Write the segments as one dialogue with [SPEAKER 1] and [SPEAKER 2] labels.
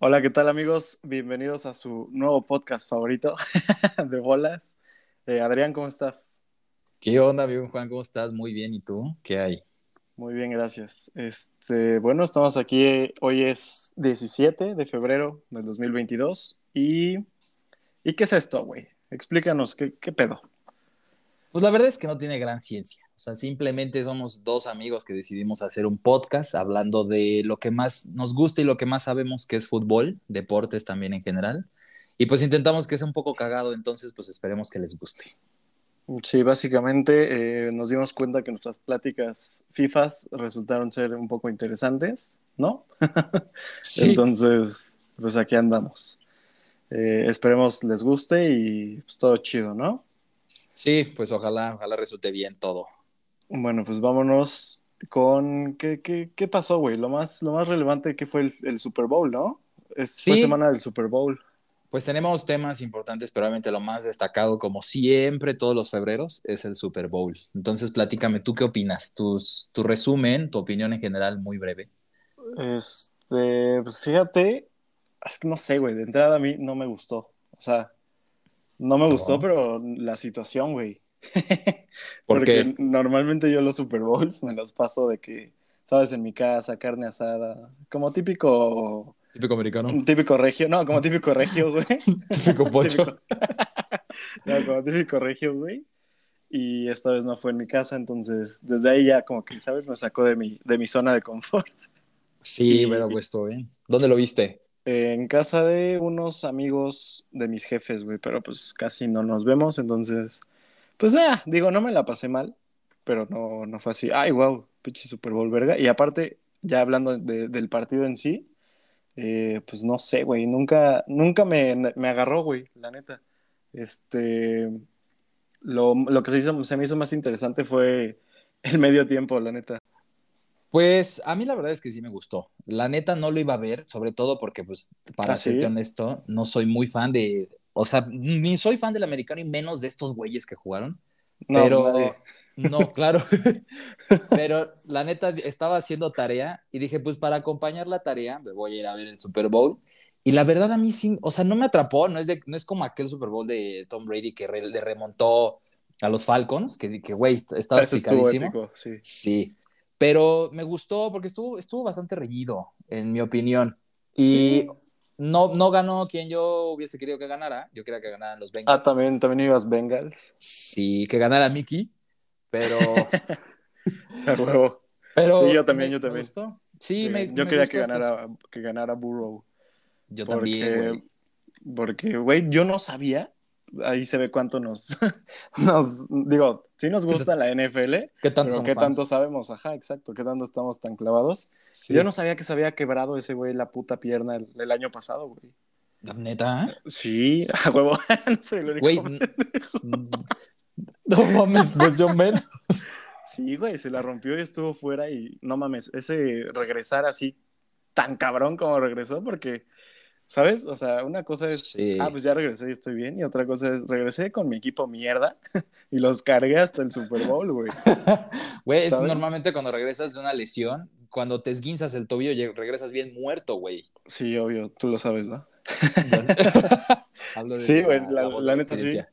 [SPEAKER 1] Hola, ¿qué tal amigos? Bienvenidos a su nuevo podcast favorito de bolas. Eh, Adrián, ¿cómo estás?
[SPEAKER 2] ¿Qué onda, bien Juan? ¿Cómo estás? Muy bien, ¿y tú? ¿Qué hay?
[SPEAKER 1] Muy bien, gracias. Este, bueno, estamos aquí, eh, hoy es 17 de febrero del 2022 y... ¿Y qué es esto, güey? Explícanos, ¿qué, qué pedo?
[SPEAKER 2] Pues la verdad es que no tiene gran ciencia. O sea, simplemente somos dos amigos que decidimos hacer un podcast hablando de lo que más nos gusta y lo que más sabemos que es fútbol, deportes también en general. Y pues intentamos que sea un poco cagado, entonces pues esperemos que les guste.
[SPEAKER 1] Sí, básicamente eh, nos dimos cuenta que nuestras pláticas FIFAs resultaron ser un poco interesantes, ¿no?
[SPEAKER 2] Sí.
[SPEAKER 1] Entonces, pues aquí andamos. Eh, esperemos les guste y pues todo chido, ¿no?
[SPEAKER 2] Sí, pues ojalá, ojalá resulte bien todo.
[SPEAKER 1] Bueno, pues vámonos con qué, qué, qué pasó, güey. Lo más, lo más relevante que fue el, el Super Bowl, ¿no? Es, Fue
[SPEAKER 2] Sí.
[SPEAKER 1] semana del Super Bowl.
[SPEAKER 2] Pues tenemos temas importantes, pero obviamente lo más destacado, como siempre, todos los febreros, es el Super Bowl. Entonces, platícame, ¿tú qué opinas? Tus, tu resumen, tu opinión en general, muy breve.
[SPEAKER 1] Este, pues fíjate, es que no sé, güey, de entrada a mí no me gustó. O sea, no me gustó,
[SPEAKER 2] No.
[SPEAKER 1] pero la situación, güey.
[SPEAKER 2] ¿Por
[SPEAKER 1] Porque
[SPEAKER 2] qué?
[SPEAKER 1] normalmente yo los Super Bowls me los paso de que, sabes, en mi casa, carne asada, como típico,
[SPEAKER 2] Típico americano,
[SPEAKER 1] típico regio, no, como típico regio, güey.
[SPEAKER 2] típico pocho.
[SPEAKER 1] Típico- No, como típico regio, güey. Y esta vez no fue en mi casa, entonces desde ahí ya como que, ¿sabes? Me sacó de mi, de mi zona de confort.
[SPEAKER 2] Sí,
[SPEAKER 1] Y-
[SPEAKER 2] pero pues todo bien. ¿Dónde lo viste?
[SPEAKER 1] En casa de unos amigos de mis jefes, güey, pero pues casi no nos vemos, entonces, pues ah, digo, no me la pasé mal, pero no, no fue así, ay, wow, pinche Super Bowl, verga. Y aparte, ya hablando de- del partido en sí, eh, pues no sé, güey, nunca, nunca me, me agarró, güey, la neta. Este, lo, lo que se, hizo, se me hizo más interesante fue el medio tiempo, la neta.
[SPEAKER 2] Pues a mí la verdad es que sí me gustó. La neta no lo iba a ver, sobre todo porque, pues, para
[SPEAKER 1] ¿Ah, sí?
[SPEAKER 2] serte honesto, no soy muy fan de, o sea, ni soy fan del americano y menos de estos güeyes que jugaron.
[SPEAKER 1] No,
[SPEAKER 2] pero
[SPEAKER 1] pues, nadie.
[SPEAKER 2] no, claro. pero la neta estaba haciendo tarea y dije, pues para acompañar la tarea me voy a ir a ver el Super Bowl. Y la verdad a mí sí, o sea, no me atrapó, no es, de, no es como aquel Super Bowl de Tom Brady que re- le remontó a los Falcons, que, que güey, estabas
[SPEAKER 1] Eso estuvo
[SPEAKER 2] picadísimo.
[SPEAKER 1] épico, sí.
[SPEAKER 2] Sí, pero me gustó porque estuvo, estuvo bastante reñido, en mi opinión.
[SPEAKER 1] Sí.
[SPEAKER 2] Y no, no ganó quien yo hubiese querido que ganara. Yo quería que ganaran los Bengals.
[SPEAKER 1] Ah, también, también ibas Bengals.
[SPEAKER 2] Sí, que ganara Mickey, pero...
[SPEAKER 1] A huevo.
[SPEAKER 2] pero
[SPEAKER 1] Sí, yo también, yo
[SPEAKER 2] me
[SPEAKER 1] también.
[SPEAKER 2] gustó. Sí,
[SPEAKER 1] Que-
[SPEAKER 2] me,
[SPEAKER 1] Eh, yo
[SPEAKER 2] me
[SPEAKER 1] quería
[SPEAKER 2] gustó
[SPEAKER 1] que
[SPEAKER 2] hasta eso.
[SPEAKER 1] ganara, que ganara Burrow.
[SPEAKER 2] Yo también,
[SPEAKER 1] Porque,
[SPEAKER 2] güey.
[SPEAKER 1] porque, güey, yo no sabía. Ahí se ve cuánto nos, nos digo, sí nos gusta la NFL,
[SPEAKER 2] ¿Qué tanto
[SPEAKER 1] pero
[SPEAKER 2] somos
[SPEAKER 1] qué
[SPEAKER 2] fans?
[SPEAKER 1] tanto sabemos, ajá, exacto, qué tanto estamos tan clavados.
[SPEAKER 2] Sí.
[SPEAKER 1] Yo no sabía que se había quebrado ese güey la puta pierna el, el año pasado, güey.
[SPEAKER 2] ¿Neta? ¿eh?
[SPEAKER 1] Sí, a huevo, no soy el único.
[SPEAKER 2] Güey, n- no mames, pues yo menos.
[SPEAKER 1] Sí, güey, se la rompió y estuvo fuera y no mames, ese regresar así tan cabrón como regresó, porque, ¿sabes? O sea, una cosa es,
[SPEAKER 2] Sí.
[SPEAKER 1] ah, pues ya regresé y estoy bien, y otra cosa es, regresé con mi equipo mierda y los cargué hasta el Super Bowl, güey.
[SPEAKER 2] Güey, es
[SPEAKER 1] ¿Sabes?
[SPEAKER 2] normalmente cuando regresas de una lesión, cuando te esguinzas el tobillo, lleg- regresas bien muerto, güey.
[SPEAKER 1] Sí, obvio, tú lo sabes, ¿no?
[SPEAKER 2] Hablo de
[SPEAKER 1] Sí,
[SPEAKER 2] esta-
[SPEAKER 1] güey, la,
[SPEAKER 2] voz
[SPEAKER 1] la
[SPEAKER 2] de
[SPEAKER 1] neta sí.
[SPEAKER 2] experiencia.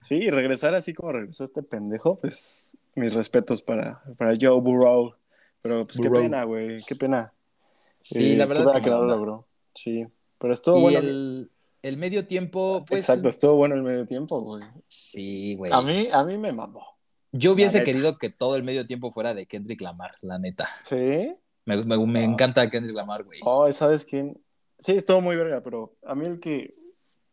[SPEAKER 1] Sí, y regresar así como regresó este pendejo, pues mis respetos para, para Joe Burrow. Pero pues qué
[SPEAKER 2] Burrow.
[SPEAKER 1] pena, güey, qué pena.
[SPEAKER 2] Sí,
[SPEAKER 1] Eh,
[SPEAKER 2] la
[SPEAKER 1] qué
[SPEAKER 2] verdad.
[SPEAKER 1] pena
[SPEAKER 2] qué
[SPEAKER 1] que no
[SPEAKER 2] mala
[SPEAKER 1] lo
[SPEAKER 2] onda.
[SPEAKER 1] logró. Sí, pero estuvo
[SPEAKER 2] y
[SPEAKER 1] bueno.
[SPEAKER 2] el, el medio tiempo, pues
[SPEAKER 1] Exacto, estuvo bueno el medio tiempo, güey.
[SPEAKER 2] sí, güey.
[SPEAKER 1] A mí, a mí me mamó.
[SPEAKER 2] Yo hubiese
[SPEAKER 1] neta.
[SPEAKER 2] querido que todo el medio tiempo fuera de Kendrick Lamar, la neta.
[SPEAKER 1] ¿Sí?
[SPEAKER 2] Me, me- me
[SPEAKER 1] Ah.
[SPEAKER 2] encanta Kendrick Lamar, güey.
[SPEAKER 1] Oh, ¿sabes quién? Sí, estuvo muy verga, pero a mí el que...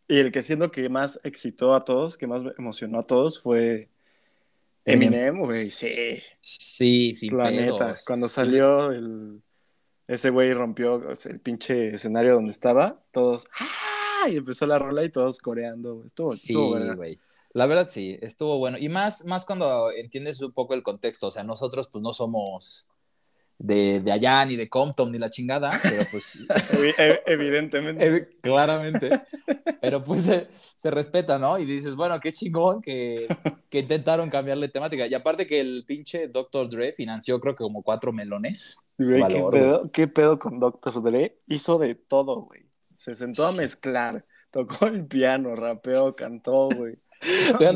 [SPEAKER 1] Y el que siendo que más excitó a todos, que más emocionó a todos fue
[SPEAKER 2] Eminem.
[SPEAKER 1] Eminem, güey. Sí,
[SPEAKER 2] Sí, sin
[SPEAKER 1] la
[SPEAKER 2] pedos.
[SPEAKER 1] neta. Cuando salió el... Ese güey rompió el pinche escenario donde estaba, todos... ¡Ah! Y empezó la rola y todos coreando. Estuvo,
[SPEAKER 2] Sí,
[SPEAKER 1] estuvo verga.
[SPEAKER 2] güey. La verdad sí, estuvo bueno. Y más, más cuando entiendes un poco el contexto. O sea, nosotros pues no somos de, de allá, ni de Compton, ni la chingada, pero pues
[SPEAKER 1] Evi- ev- Evidentemente.
[SPEAKER 2] eh, claramente. Pero pues se, se respeta, ¿no? Y dices, bueno, qué chingón que, que intentaron cambiarle temática. Y aparte que el pinche Dr. Dre financió creo que como cuatro melones.
[SPEAKER 1] Güey, ¿qué,
[SPEAKER 2] Valor,
[SPEAKER 1] pedo, ¿Qué pedo con Dr. Dre? Hizo de todo, güey. Se sentó a mezclar. Tocó el piano, rapeó, cantó, güey.
[SPEAKER 2] Vean,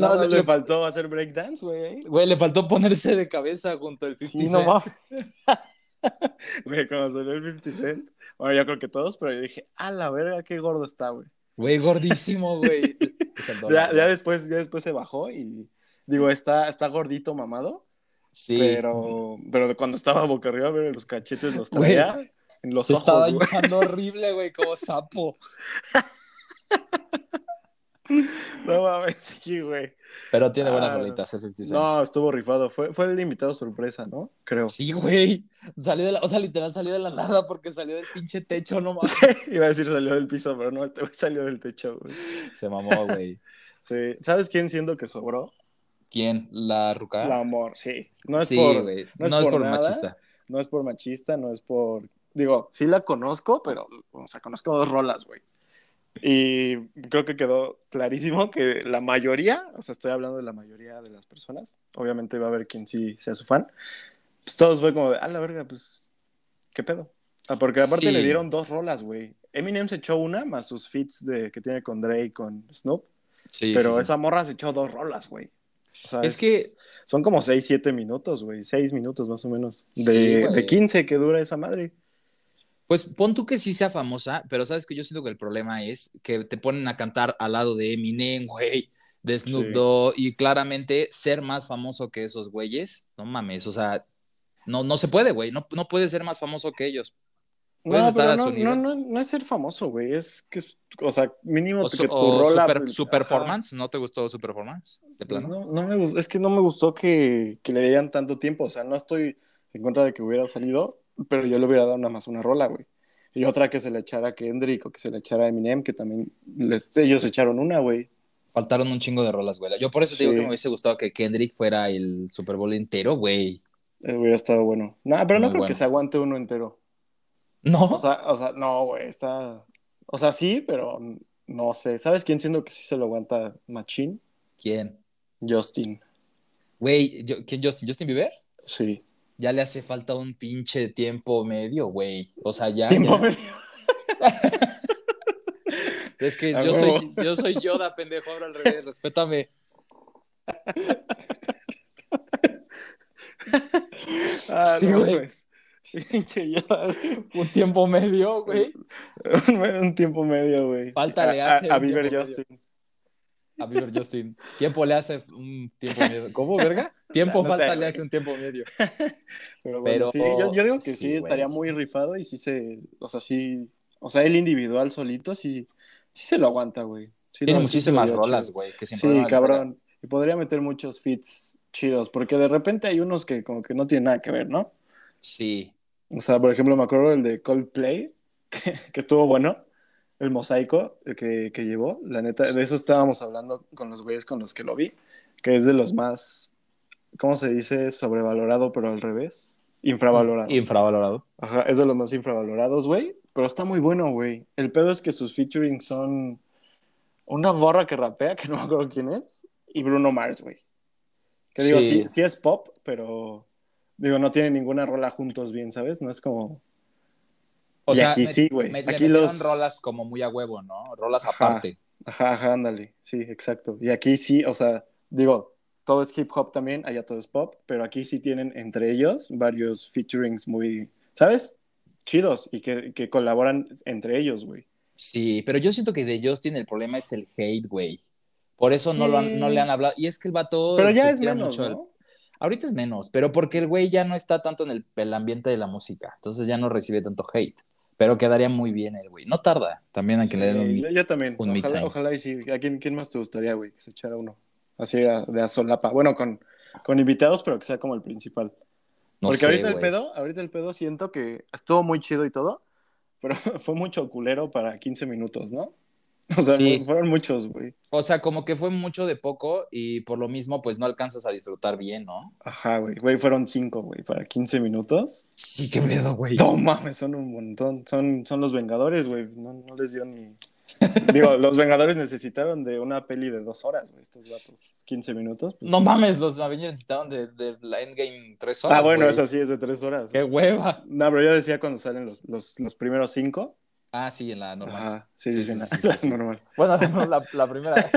[SPEAKER 1] Nada
[SPEAKER 2] nada
[SPEAKER 1] más
[SPEAKER 2] más
[SPEAKER 1] le,
[SPEAKER 2] le-
[SPEAKER 1] faltó hacer breakdance, güey. ahí.
[SPEAKER 2] Güey, le faltó ponerse de cabeza junto al 50
[SPEAKER 1] Sí, no
[SPEAKER 2] Cent.
[SPEAKER 1] mames. Güey, cuando salió el 50 Cent. Bueno, yo creo que todos, pero yo dije, a la verga, qué gordo está, güey.
[SPEAKER 2] Güey, gordísimo, güey. Es el dólar,
[SPEAKER 1] Ya, ya
[SPEAKER 2] güey.
[SPEAKER 1] después, ya después se bajó y digo, está, está gordito, mamado,
[SPEAKER 2] Sí.
[SPEAKER 1] pero, pero cuando estaba boca arriba, güey, los cachetes los
[SPEAKER 2] Güey,
[SPEAKER 1] traía en los
[SPEAKER 2] Se estaba
[SPEAKER 1] ojos, güey.
[SPEAKER 2] hinchando horrible, güey, como sapo.
[SPEAKER 1] No mames, sí, güey.
[SPEAKER 2] Pero tiene
[SPEAKER 1] Ah,
[SPEAKER 2] buenas rolitas el 50 Cent.
[SPEAKER 1] No, estuvo rifado. Fue, fue el invitado sorpresa, ¿no? Creo.
[SPEAKER 2] Sí, güey. Salió de la, o sea, literal salió de la nada porque salió del pinche techo nomás.
[SPEAKER 1] Iba a decir salió del piso, pero no, este güey salió del techo, güey.
[SPEAKER 2] Se mamó, güey.
[SPEAKER 1] Sí. ¿Sabes quién siendo que sobró?
[SPEAKER 2] ¿Quién? ¿La ruca?
[SPEAKER 1] El amor, sí. No es
[SPEAKER 2] Ah. sí,
[SPEAKER 1] por,
[SPEAKER 2] güey.
[SPEAKER 1] no es por nada.
[SPEAKER 2] machista.
[SPEAKER 1] no es por machista, no es por. Digo, sí la conozco, pero, o sea, conozco dos rolas, güey. Y creo que quedó clarísimo que la mayoría, o sea, estoy hablando de la mayoría de las personas, obviamente va a haber quien sí sea su fan, pues todos fue como de, a la verga, pues, ¿qué pedo? Ah, porque aparte
[SPEAKER 2] Sí.
[SPEAKER 1] le dieron dos rolas, güey. Eminem se echó una, más sus feats de, que tiene con Dre y con Snoop,
[SPEAKER 2] Sí,
[SPEAKER 1] pero
[SPEAKER 2] sí, sí.
[SPEAKER 1] esa morra se echó dos rolas, güey. O sea,
[SPEAKER 2] Es que-
[SPEAKER 1] Son como 6, 7 minutos, güey. 6 minutos más o menos.
[SPEAKER 2] Sí,
[SPEAKER 1] De,
[SPEAKER 2] güey.
[SPEAKER 1] de 15 que dura esa madre.
[SPEAKER 2] Pues pon tú que sí sea famosa, pero sabes que yo siento que el problema es que te ponen a cantar al lado de Eminem, güey, de Snoop
[SPEAKER 1] Sí.
[SPEAKER 2] Dogg, y claramente ser más famoso que esos güeyes, no mames, o sea, no, no se puede, güey, no, no puedes ser más famoso que ellos.
[SPEAKER 1] No,
[SPEAKER 2] Puedes estar
[SPEAKER 1] pero
[SPEAKER 2] a
[SPEAKER 1] no,
[SPEAKER 2] su
[SPEAKER 1] no,
[SPEAKER 2] nivel.
[SPEAKER 1] no, no es ser famoso, güey. Es que, es- o sea, mínimo
[SPEAKER 2] O, su,
[SPEAKER 1] que tu
[SPEAKER 2] o
[SPEAKER 1] rola.
[SPEAKER 2] super-
[SPEAKER 1] pues,
[SPEAKER 2] su
[SPEAKER 1] ajá.
[SPEAKER 2] performance, ¿no te gustó su performance? De
[SPEAKER 1] Pues
[SPEAKER 2] plano.
[SPEAKER 1] no, no me gustó, es que no me gustó que, que le dieran tanto tiempo. O sea, no estoy en contra de que hubiera salido, pero yo le hubiera dado nada más una rola, güey. Y otra que se le echara a Kendrick o que se le echara a Eminem, que también les- ellos echaron una, güey.
[SPEAKER 2] Faltaron un chingo de rolas, güey. Yo por eso te digo
[SPEAKER 1] Sí.
[SPEAKER 2] que me hubiese gustado que Kendrick fuera el Super Bowl entero, güey.
[SPEAKER 1] Eh, hubiera estado bueno. No, pero no
[SPEAKER 2] Muy
[SPEAKER 1] creo que
[SPEAKER 2] bueno.
[SPEAKER 1] se aguante uno entero.
[SPEAKER 2] No,
[SPEAKER 1] O sea, o sea, no, güey, está. O sea, sí, pero no sé. ¿Sabes quién siendo que sí se lo aguanta Machín?
[SPEAKER 2] ¿quién?
[SPEAKER 1] Justin.
[SPEAKER 2] Güey, yo- ¿quién Justin? ¿Justin Bieber?
[SPEAKER 1] Sí.
[SPEAKER 2] ya le hace falta un pinche tiempo medio, güey. O sea, ya.
[SPEAKER 1] Tiempo
[SPEAKER 2] Ah, ya.
[SPEAKER 1] medio.
[SPEAKER 2] Es que
[SPEAKER 1] A
[SPEAKER 2] yo
[SPEAKER 1] huevo.
[SPEAKER 2] soy, yo soy Yoda, pendejo, ahora al revés, respétame.
[SPEAKER 1] Ah,
[SPEAKER 2] Sí,
[SPEAKER 1] no,
[SPEAKER 2] güey.
[SPEAKER 1] pues. Pinche Yoda, güey.
[SPEAKER 2] Un tiempo medio, güey.
[SPEAKER 1] Un, un tiempo medio, güey.
[SPEAKER 2] Falta le
[SPEAKER 1] A- a-
[SPEAKER 2] hace
[SPEAKER 1] A,
[SPEAKER 2] un
[SPEAKER 1] Bieber
[SPEAKER 2] tiempo
[SPEAKER 1] Justin.
[SPEAKER 2] A Bieber Justin. Tiempo le hace un tiempo medio. ¿Cómo, verga? Tiempo
[SPEAKER 1] No sé,
[SPEAKER 2] falta le
[SPEAKER 1] güey.
[SPEAKER 2] hace un tiempo medio.
[SPEAKER 1] Pero bueno,
[SPEAKER 2] Pero-
[SPEAKER 1] sí, yo, yo digo que sí,
[SPEAKER 2] sí, güey.
[SPEAKER 1] estaría muy rifado y sí se. O sea, sí. O sea, el individual solito sí, sí se lo aguanta, güey. Sí,
[SPEAKER 2] Tiene
[SPEAKER 1] no, sí se lo
[SPEAKER 2] muchísimas
[SPEAKER 1] dio
[SPEAKER 2] rolas,
[SPEAKER 1] chido.
[SPEAKER 2] güey. que sin
[SPEAKER 1] Sí,
[SPEAKER 2] problema le
[SPEAKER 1] cabrón. Y podría meter muchos fits chidos, porque de repente hay unos que como que no tienen nada que ver, ¿no?
[SPEAKER 2] pega. Sí.
[SPEAKER 1] O sea, por ejemplo, me acuerdo el de Coldplay, que, que estuvo bueno, el mosaico que, que llevó. La neta, de eso estábamos hablando con los güeyes con los que lo vi, que es de los más, ¿cómo se dice? Sobrevalorado, pero al revés. Infravalorado.
[SPEAKER 2] Infravalorado.
[SPEAKER 1] Ajá, es de los más infravalorados, güey. Pero está muy bueno, güey. El pedo es que sus featuring son una morra que rapea, que no me acuerdo quién es, y Bruno Mars, güey. Que digo, sí.
[SPEAKER 2] Sí.
[SPEAKER 1] Sí, es pop, pero digo, no tiene ninguna rola juntos bien, ¿sabes? No es como.
[SPEAKER 2] O
[SPEAKER 1] Y
[SPEAKER 2] sea,
[SPEAKER 1] aquí
[SPEAKER 2] me-
[SPEAKER 1] sí, güey.
[SPEAKER 2] me- le
[SPEAKER 1] Aquí
[SPEAKER 2] metieron
[SPEAKER 1] los-
[SPEAKER 2] rolas como muy a huevo, ¿no? Rolas
[SPEAKER 1] Ajá.
[SPEAKER 2] aparte.
[SPEAKER 1] Ajá, ajá, ándale. Sí, exacto. Y aquí sí, o sea, digo, todo es hip hop también, allá todo es pop, pero aquí sí tienen entre ellos varios featurings muy, ¿sabes? Chidos y que, que colaboran entre ellos, güey.
[SPEAKER 2] Sí, pero yo siento que de Justin el problema es el hate, güey. Por eso no, lo han- no le han hablado. Y es que el vato.
[SPEAKER 1] Pero ya
[SPEAKER 2] se
[SPEAKER 1] es
[SPEAKER 2] tira
[SPEAKER 1] menos,
[SPEAKER 2] mucho al-
[SPEAKER 1] ¿no?
[SPEAKER 2] Ahorita es menos, pero porque el güey ya no está tanto en el, el ambiente de la música. Entonces ya no recibe tanto hate. Pero quedaría muy bien el güey. No tarda también a que le den un.
[SPEAKER 1] Sí, yo, yo también.
[SPEAKER 2] un
[SPEAKER 1] ojalá,
[SPEAKER 2] mid-time.
[SPEAKER 1] ojalá y sí. ¿A quién, quién más te gustaría, güey, que se echara uno? Así a- de a solapa. Bueno, con, con invitados, pero que sea como el principal.
[SPEAKER 2] No
[SPEAKER 1] Porque
[SPEAKER 2] sé,
[SPEAKER 1] ahorita el
[SPEAKER 2] güey.
[SPEAKER 1] pedo, ahorita el pedo siento que estuvo muy chido y todo, pero fue mucho culero para 15 minutos, ¿no? O sea,
[SPEAKER 2] Sí.
[SPEAKER 1] mu- fueron muchos, güey.
[SPEAKER 2] O sea, como que fue mucho de poco y por lo mismo, pues no alcanzas a disfrutar bien, ¿no?
[SPEAKER 1] Ajá, güey. Güey, fueron 5, güey, para 15 minutos.
[SPEAKER 2] Sí, qué pedo, güey.
[SPEAKER 1] No mames, son un montón. Son, son los Vengadores, güey. No, no les dio ni. Digo, los Vengadores necesitaron de una peli de dos horas, güey. Estos vatos, 15 minutos. pues.
[SPEAKER 2] No mames, los Avengers necesitaban de, de la Endgame tres horas.
[SPEAKER 1] ah, bueno,
[SPEAKER 2] güey.
[SPEAKER 1] eso sí es de tres horas.
[SPEAKER 2] Qué hueva.
[SPEAKER 1] No, pero yo decía cuando salen los, los, los primeros cinco,
[SPEAKER 2] Ah, sí, en la normal.
[SPEAKER 1] Ajá, sí, sí, sí,
[SPEAKER 2] Sí, sí,
[SPEAKER 1] na-
[SPEAKER 2] sí, sí, sí.
[SPEAKER 1] normal.
[SPEAKER 3] Bueno, no, la, la primera.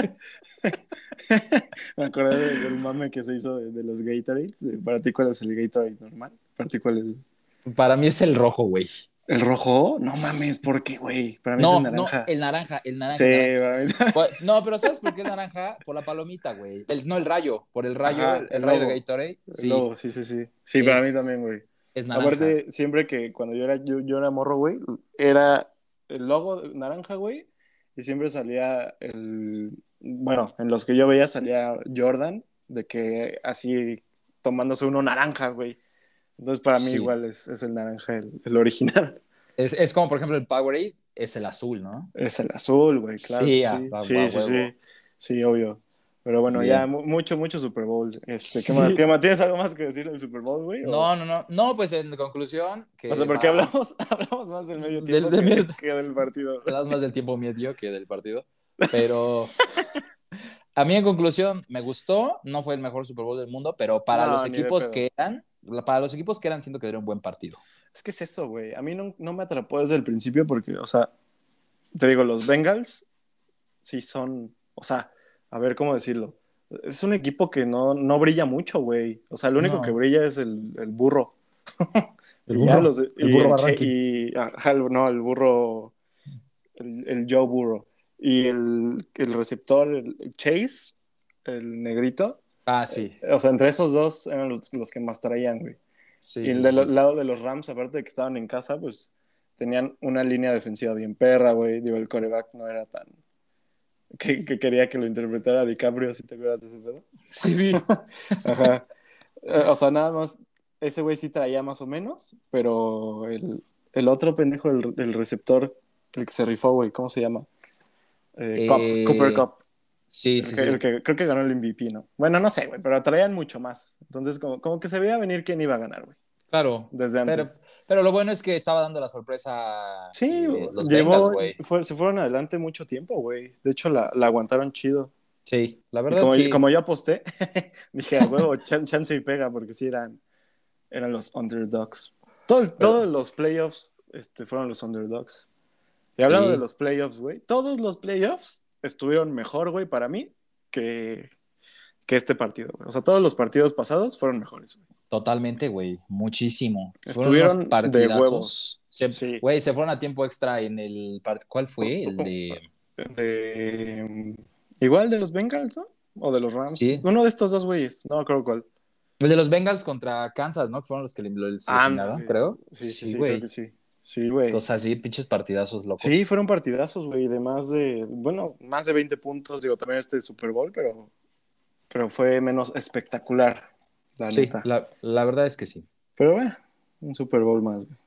[SPEAKER 1] Me acordé de- del mame que se hizo de, de los Gatorades. de, Para ti, ¿cuál es el Gatorade normal? Para ti, ¿cuál es?
[SPEAKER 2] Para mí es el rojo, güey.
[SPEAKER 1] ¿El rojo? No mames, ¿por qué, güey? Para mí es
[SPEAKER 2] No,
[SPEAKER 1] el
[SPEAKER 2] no,
[SPEAKER 1] naranja.
[SPEAKER 2] el naranja, el naranja.
[SPEAKER 1] Sí,
[SPEAKER 2] el naranja.
[SPEAKER 1] para mí
[SPEAKER 2] Pues, No, pero ¿sabes por qué el naranja? Por la palomita, güey. El, no, el rayo, por el rayo,
[SPEAKER 1] Ajá,
[SPEAKER 2] el,
[SPEAKER 1] el
[SPEAKER 2] rayo
[SPEAKER 1] logo.
[SPEAKER 2] de Gatorade. Sí,
[SPEAKER 1] Sí. No, sí, sí, sí. Sí, para mí
[SPEAKER 2] Es-
[SPEAKER 1] también, güey.
[SPEAKER 2] es naranja.
[SPEAKER 1] Aparte, siempre que cuando yo era, yo, yo era morro, güey, era el logo naranja, güey, y siempre salía el... Bueno, en los que yo veía salía Jordan, de que así tomándose uno naranja, güey. Entonces, para mí
[SPEAKER 2] Sí.
[SPEAKER 1] igual es, es el naranja, el, el original.
[SPEAKER 2] Es, es como, por ejemplo, el Powerade es el azul, ¿no?
[SPEAKER 1] Es el azul, güey, claro.
[SPEAKER 2] Sí,
[SPEAKER 1] Sí,
[SPEAKER 2] a-
[SPEAKER 1] sí,
[SPEAKER 2] a-
[SPEAKER 1] sí,
[SPEAKER 2] a
[SPEAKER 1] sí,
[SPEAKER 2] huevo.
[SPEAKER 1] sí. Sí, obvio. Pero bueno,
[SPEAKER 2] Bien.
[SPEAKER 1] ya mu- mucho, mucho Super Bowl. Este, ¿qué,
[SPEAKER 2] Sí.
[SPEAKER 1] más, qué más? ¿Tienes algo más que decir del Super Bowl, güey? o-
[SPEAKER 2] No, no, no. No, pues en conclusión. Que
[SPEAKER 1] O sea, porque
[SPEAKER 2] hablamos?
[SPEAKER 1] hablamos, hablamos más del medio
[SPEAKER 2] Del-
[SPEAKER 1] tiempo
[SPEAKER 2] del
[SPEAKER 1] que-
[SPEAKER 2] medio-
[SPEAKER 1] que, del partido.
[SPEAKER 2] Te das más del tiempo medio que del partido. Pero a mí en conclusión me gustó. No fue el mejor Super Bowl del mundo, pero para
[SPEAKER 1] No,
[SPEAKER 2] los
[SPEAKER 1] ni de
[SPEAKER 2] equipos
[SPEAKER 1] pedo.
[SPEAKER 2] que eran, para los equipos que eran, siento que era un buen partido.
[SPEAKER 1] Es que es eso, güey. A mí no, no me atrapó desde el principio porque, o sea, te digo, los Bengals sí son, o sea, a ver cómo decirlo. Es un equipo que no, no brilla mucho, güey. O sea, lo único
[SPEAKER 2] No.
[SPEAKER 1] que brilla es el, el burro.
[SPEAKER 2] El
[SPEAKER 1] Y ya
[SPEAKER 2] burro,
[SPEAKER 1] los- y
[SPEAKER 2] burro
[SPEAKER 1] che-
[SPEAKER 2] Barranqui.
[SPEAKER 1] y- ajá, el- no, el burro, el, el Joe Burro. Y el, el receptor, el Chase, el negrito.
[SPEAKER 2] Ah, sí.
[SPEAKER 1] O sea, entre esos dos eran los, los que más traían, güey.
[SPEAKER 2] sí,
[SPEAKER 1] y el
[SPEAKER 2] sí,
[SPEAKER 1] del
[SPEAKER 2] sí.
[SPEAKER 1] lado de los Rams, aparte de que estaban en casa, pues tenían una línea defensiva bien perra, güey. Digo, el coreback no era tan. Que, que quería que lo interpretara DiCaprio, si te acuerdas de ese pedo.
[SPEAKER 2] Sí, vi.
[SPEAKER 1] Ajá. Eh, o sea, nada más. Ese güey sí traía más o menos, pero el, el otro pendejo, el, el receptor, el que se rifó, güey, ¿cómo se llama? Eh, Cup,
[SPEAKER 2] Eh,
[SPEAKER 1] Cooper Cup.
[SPEAKER 2] Sí,
[SPEAKER 1] El
[SPEAKER 2] sí,
[SPEAKER 1] que-
[SPEAKER 2] sí.
[SPEAKER 1] el que- creo que ganó el MVP, ¿no? Bueno, no sé, güey, pero traían mucho más. Entonces, como, como que se veía venir quién iba a ganar, güey,
[SPEAKER 2] Claro.
[SPEAKER 1] desde
[SPEAKER 2] Pero,
[SPEAKER 1] antes.
[SPEAKER 2] pero lo bueno es que estaba dando la sorpresa
[SPEAKER 1] sí,
[SPEAKER 2] eh, los
[SPEAKER 1] llevó-
[SPEAKER 2] Bengals, güey.
[SPEAKER 1] fue- se fueron adelante mucho tiempo, güey. De hecho, la, la aguantaron chido.
[SPEAKER 2] Sí, la
[SPEAKER 1] Y
[SPEAKER 2] verdad
[SPEAKER 1] como,
[SPEAKER 2] sí.
[SPEAKER 1] como yo aposté, dije, a huevo, chan- chance y pega, porque sí eran, eran los underdogs. Todo el- Todos los playoffs este, fueron los underdogs. Y hablando
[SPEAKER 2] Sí.
[SPEAKER 1] de los playoffs, güey, todos los playoffs estuvieron mejor, güey, para mí, que, que este partido, güey. O sea, todos los partidos pasados fueron mejores, güey.
[SPEAKER 2] Totalmente, güey. Muchísimo. Fueron
[SPEAKER 1] Estuvieron
[SPEAKER 2] unos
[SPEAKER 1] de
[SPEAKER 2] partidazos.
[SPEAKER 1] huevos.
[SPEAKER 2] Se-
[SPEAKER 1] Sí.
[SPEAKER 2] Güey, se fueron a tiempo extra en el... part- ¿Cuál fue? El de...
[SPEAKER 1] De- igual de los Bengals, ¿no? O de los Rams.
[SPEAKER 2] Sí.
[SPEAKER 1] Uno de estos dos güeyes, no creo cuál.
[SPEAKER 2] El de los Bengals contra Kansas, ¿no? Que fueron los que le lo asesinaron,
[SPEAKER 1] Ándale.
[SPEAKER 2] creo.
[SPEAKER 1] Sí, sí,
[SPEAKER 2] Sí,
[SPEAKER 1] sí,
[SPEAKER 2] güey.
[SPEAKER 1] creo que sí. Sí, güey.
[SPEAKER 2] Entonces, así, pinches partidazos locos.
[SPEAKER 1] Sí, fueron partidazos, güey, de más de, bueno, más de 20 puntos, digo, también este Super Bowl, pero, pero fue menos espectacular, la
[SPEAKER 2] Sí,
[SPEAKER 1] neta.
[SPEAKER 2] la, la verdad es que sí.
[SPEAKER 1] Pero bueno, un Super Bowl más, güey.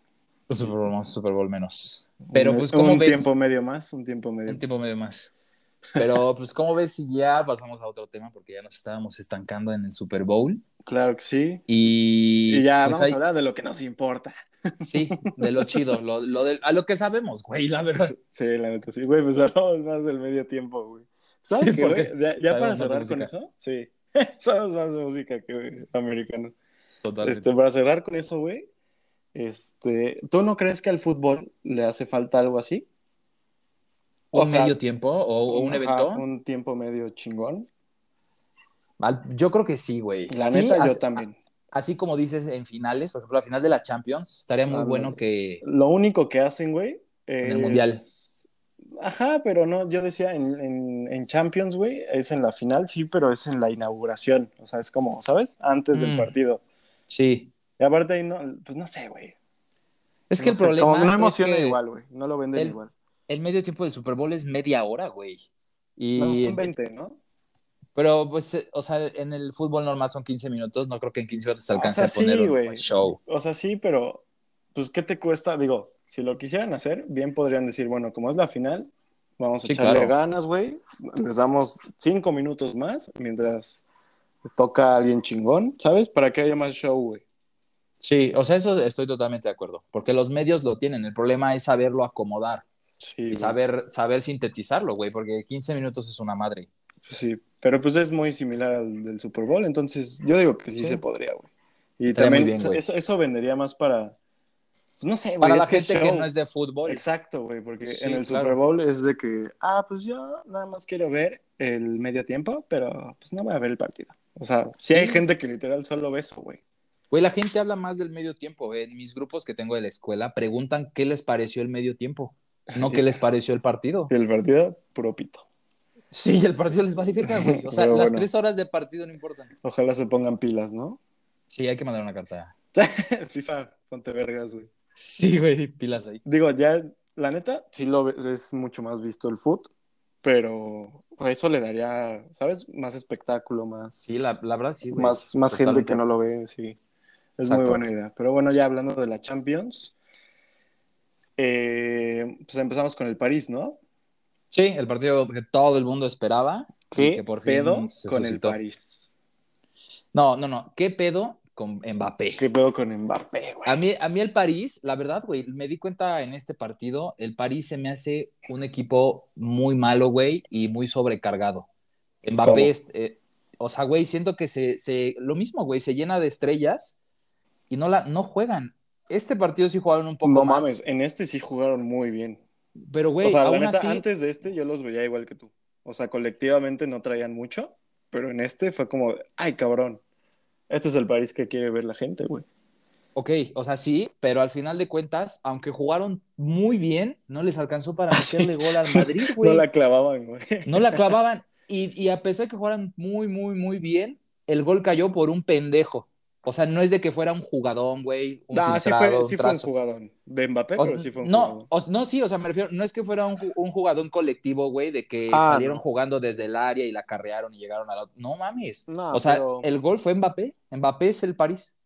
[SPEAKER 2] Un Super Bowl más, Super Bowl menos. Pero,
[SPEAKER 1] Un-
[SPEAKER 2] pues, ¿cómo
[SPEAKER 1] Un
[SPEAKER 2] ves?
[SPEAKER 1] tiempo medio más, un tiempo medio.
[SPEAKER 2] Un tiempo medio más. Pero, pues, ¿cómo ves si ya pasamos a otro tema? Porque ya nos estábamos estancando en el Super Bowl.
[SPEAKER 1] Claro que sí.
[SPEAKER 2] Y,
[SPEAKER 1] Y ya
[SPEAKER 2] pues,
[SPEAKER 1] vamos
[SPEAKER 2] ahí-
[SPEAKER 1] a hablar de lo que nos importa.
[SPEAKER 2] Sí, de lo chido, lo, lo del- a lo que sabemos, güey, la verdad.
[SPEAKER 1] Sí, la neta, sí. Güey, pues hablamos más del medio tiempo, güey. ¿Sabes qué,
[SPEAKER 2] Porque
[SPEAKER 1] güey? Ya, ya
[SPEAKER 2] sabemos
[SPEAKER 1] para
[SPEAKER 2] más de
[SPEAKER 1] cerrar con
[SPEAKER 2] música.
[SPEAKER 1] eso, sí. Sabemos más de música que americano.
[SPEAKER 2] Totalmente.
[SPEAKER 1] Este, para cerrar con eso, güey, este, ¿tú no crees que al fútbol le hace falta algo así?
[SPEAKER 2] ¿Un
[SPEAKER 1] o sea,
[SPEAKER 2] medio tiempo o, o un
[SPEAKER 1] Ajá,
[SPEAKER 2] evento?
[SPEAKER 1] Un tiempo medio chingón.
[SPEAKER 2] Al- Ah, Yo creo que sí, güey.
[SPEAKER 1] La
[SPEAKER 2] Sí,
[SPEAKER 1] neta, yo
[SPEAKER 2] as-
[SPEAKER 1] también.
[SPEAKER 2] Así como dices en finales, por ejemplo, la final de la Champions, estaría muy
[SPEAKER 1] Ándale.
[SPEAKER 2] bueno que.
[SPEAKER 1] Lo único que hacen, güey, es...
[SPEAKER 2] En el Mundial.
[SPEAKER 1] Ajá, pero no, yo decía en, en- en Champions, güey, es en la final, sí, pero es en la inauguración. O sea, es como, ¿sabes? Antes del
[SPEAKER 2] Mm.
[SPEAKER 1] partido.
[SPEAKER 2] Sí.
[SPEAKER 1] Y aparte ahí no, pues no sé, güey.
[SPEAKER 2] Es que
[SPEAKER 1] No
[SPEAKER 2] el
[SPEAKER 1] sé, como
[SPEAKER 2] problema.
[SPEAKER 1] que no
[SPEAKER 2] es
[SPEAKER 1] emociona
[SPEAKER 2] que
[SPEAKER 1] igual, güey. No lo venden
[SPEAKER 2] el-
[SPEAKER 1] igual.
[SPEAKER 2] El medio tiempo del Super Bowl es media hora, güey. Y,
[SPEAKER 1] No, son 20, ¿no?
[SPEAKER 2] pero, pues, eh, o sea, en el fútbol normal son 15 minutos. No creo que en 15 minutos te
[SPEAKER 1] Ah, O
[SPEAKER 2] alcance
[SPEAKER 1] sea,
[SPEAKER 2] a poner
[SPEAKER 1] sí,
[SPEAKER 2] un
[SPEAKER 1] güey.
[SPEAKER 2] buen show.
[SPEAKER 1] O sea, sí, pero pues ¿qué te cuesta? Digo, si lo quisieran hacer, bien podrían decir, bueno, como es la final, vamos a
[SPEAKER 2] Sí,
[SPEAKER 1] echarle
[SPEAKER 2] claro.
[SPEAKER 1] ganas, güey. Les damos cinco minutos más mientras toca a alguien chingón, ¿sabes? Para que haya más show, güey.
[SPEAKER 2] Sí, o sea, eso estoy totalmente de acuerdo. Porque los medios lo tienen. El problema es saberlo acomodar.
[SPEAKER 1] Sí,
[SPEAKER 2] y
[SPEAKER 1] güey.
[SPEAKER 2] saber, saber sintetizarlo, güey, porque 15 minutos es una madre.
[SPEAKER 1] sí, pero pues es muy similar al del Super Bowl, entonces yo digo que sí,
[SPEAKER 2] Sí.
[SPEAKER 1] se podría, güey. Y
[SPEAKER 2] Estaría muy
[SPEAKER 1] también
[SPEAKER 2] bien,
[SPEAKER 1] eso-
[SPEAKER 2] güey.
[SPEAKER 1] eso, eso vendería más para No sé, güey.
[SPEAKER 2] Para
[SPEAKER 1] es
[SPEAKER 2] la
[SPEAKER 1] que es
[SPEAKER 2] gente que
[SPEAKER 1] show.
[SPEAKER 2] no es de fútbol.
[SPEAKER 1] Exacto, güey, porque
[SPEAKER 2] Sí,
[SPEAKER 1] en el
[SPEAKER 2] claro.
[SPEAKER 1] Super Bowl es de que, ah, pues yo nada más quiero ver el medio tiempo, pero pues no voy a ver el partido. O sea, sí,
[SPEAKER 2] Sí.
[SPEAKER 1] hay gente que literal solo ve eso, güey.
[SPEAKER 2] Güey, la gente habla más del medio tiempo. En mis grupos que tengo de la escuela preguntan qué les pareció el medio tiempo, no qué les pareció el partido.
[SPEAKER 1] Y el partido, puro pito.
[SPEAKER 2] Sí, el partido les vale verga, güey. O sea,
[SPEAKER 1] Pero
[SPEAKER 2] las
[SPEAKER 1] bueno.
[SPEAKER 2] tres horas de partido no importan.
[SPEAKER 1] Ojalá se pongan pilas, ¿no?
[SPEAKER 2] Sí, hay que mandar una carta.
[SPEAKER 1] FIFA, ponte vergas, güey.
[SPEAKER 2] Sí, güey, pilas ahí.
[SPEAKER 1] Digo, ya, la neta, sí lo ves, es mucho más visto el foot, pero eso le daría, ¿sabes? Más espectáculo, más,
[SPEAKER 2] Sí, la, la verdad sí, güey.
[SPEAKER 1] más, más gente
[SPEAKER 2] Totalmente.
[SPEAKER 1] que no lo ve, sí. Es
[SPEAKER 2] Exacto.
[SPEAKER 1] muy buena idea. Pero bueno, ya hablando de la Champions, eh, pues empezamos con el París, ¿no?
[SPEAKER 2] Sí, el partido que todo el mundo esperaba. y
[SPEAKER 1] ¿Qué
[SPEAKER 2] que por fin
[SPEAKER 1] pedo
[SPEAKER 2] se
[SPEAKER 1] con
[SPEAKER 2] suscitó.
[SPEAKER 1] el París?
[SPEAKER 2] No, no, no. ¿Qué pedo con Mbappé?
[SPEAKER 1] ¿Qué pedo con Mbappé, güey?
[SPEAKER 2] A mí, a mí el París, la verdad, güey, me di cuenta en este partido, el París se me hace un equipo muy malo, güey, y muy sobrecargado.
[SPEAKER 1] ¿Cómo?
[SPEAKER 2] Mbappé, es- eh, o sea, güey, siento que se, se- lo mismo, güey, se llena de estrellas y no, la, no juegan. Este partido sí jugaron un poco
[SPEAKER 1] No
[SPEAKER 2] más,
[SPEAKER 1] mames, en este sí jugaron muy bien.
[SPEAKER 2] pero güey,
[SPEAKER 1] o sea, la
[SPEAKER 2] aún
[SPEAKER 1] neta,
[SPEAKER 2] así,
[SPEAKER 1] antes de este yo los veía igual que tú. O sea, colectivamente no traían mucho, pero en este fue como, ay, cabrón. Este es el París que quiere ver la gente, güey.
[SPEAKER 2] ok, o sea, sí, pero al final de cuentas, aunque jugaron muy bien, no les alcanzó para
[SPEAKER 1] Ah, sí.
[SPEAKER 2] meterle gol al Madrid, güey.
[SPEAKER 1] No la clavaban, güey.
[SPEAKER 2] No la clavaban. Y, y a pesar de que jugaran muy, muy, muy bien, el gol cayó por un pendejo. O sea, no es de que fuera un jugadón, güey. Un
[SPEAKER 1] No, sí fue,
[SPEAKER 2] filtrado,
[SPEAKER 1] sí fue un
[SPEAKER 2] un trazo.
[SPEAKER 1] jugadón. De Mbappé,
[SPEAKER 2] O-
[SPEAKER 1] pero sí fue un
[SPEAKER 2] no,
[SPEAKER 1] jugadón.
[SPEAKER 2] o- no, sí, o sea, me refiero, no es que fuera un, ju- un jugadón colectivo, güey, de que
[SPEAKER 1] Ah,
[SPEAKER 2] salieron
[SPEAKER 1] no.
[SPEAKER 2] jugando desde el área y la carrearon y llegaron al otro. No mames.
[SPEAKER 1] No,
[SPEAKER 2] o sea,
[SPEAKER 1] pero-
[SPEAKER 2] el gol fue Mbappé. Mbappé es el París.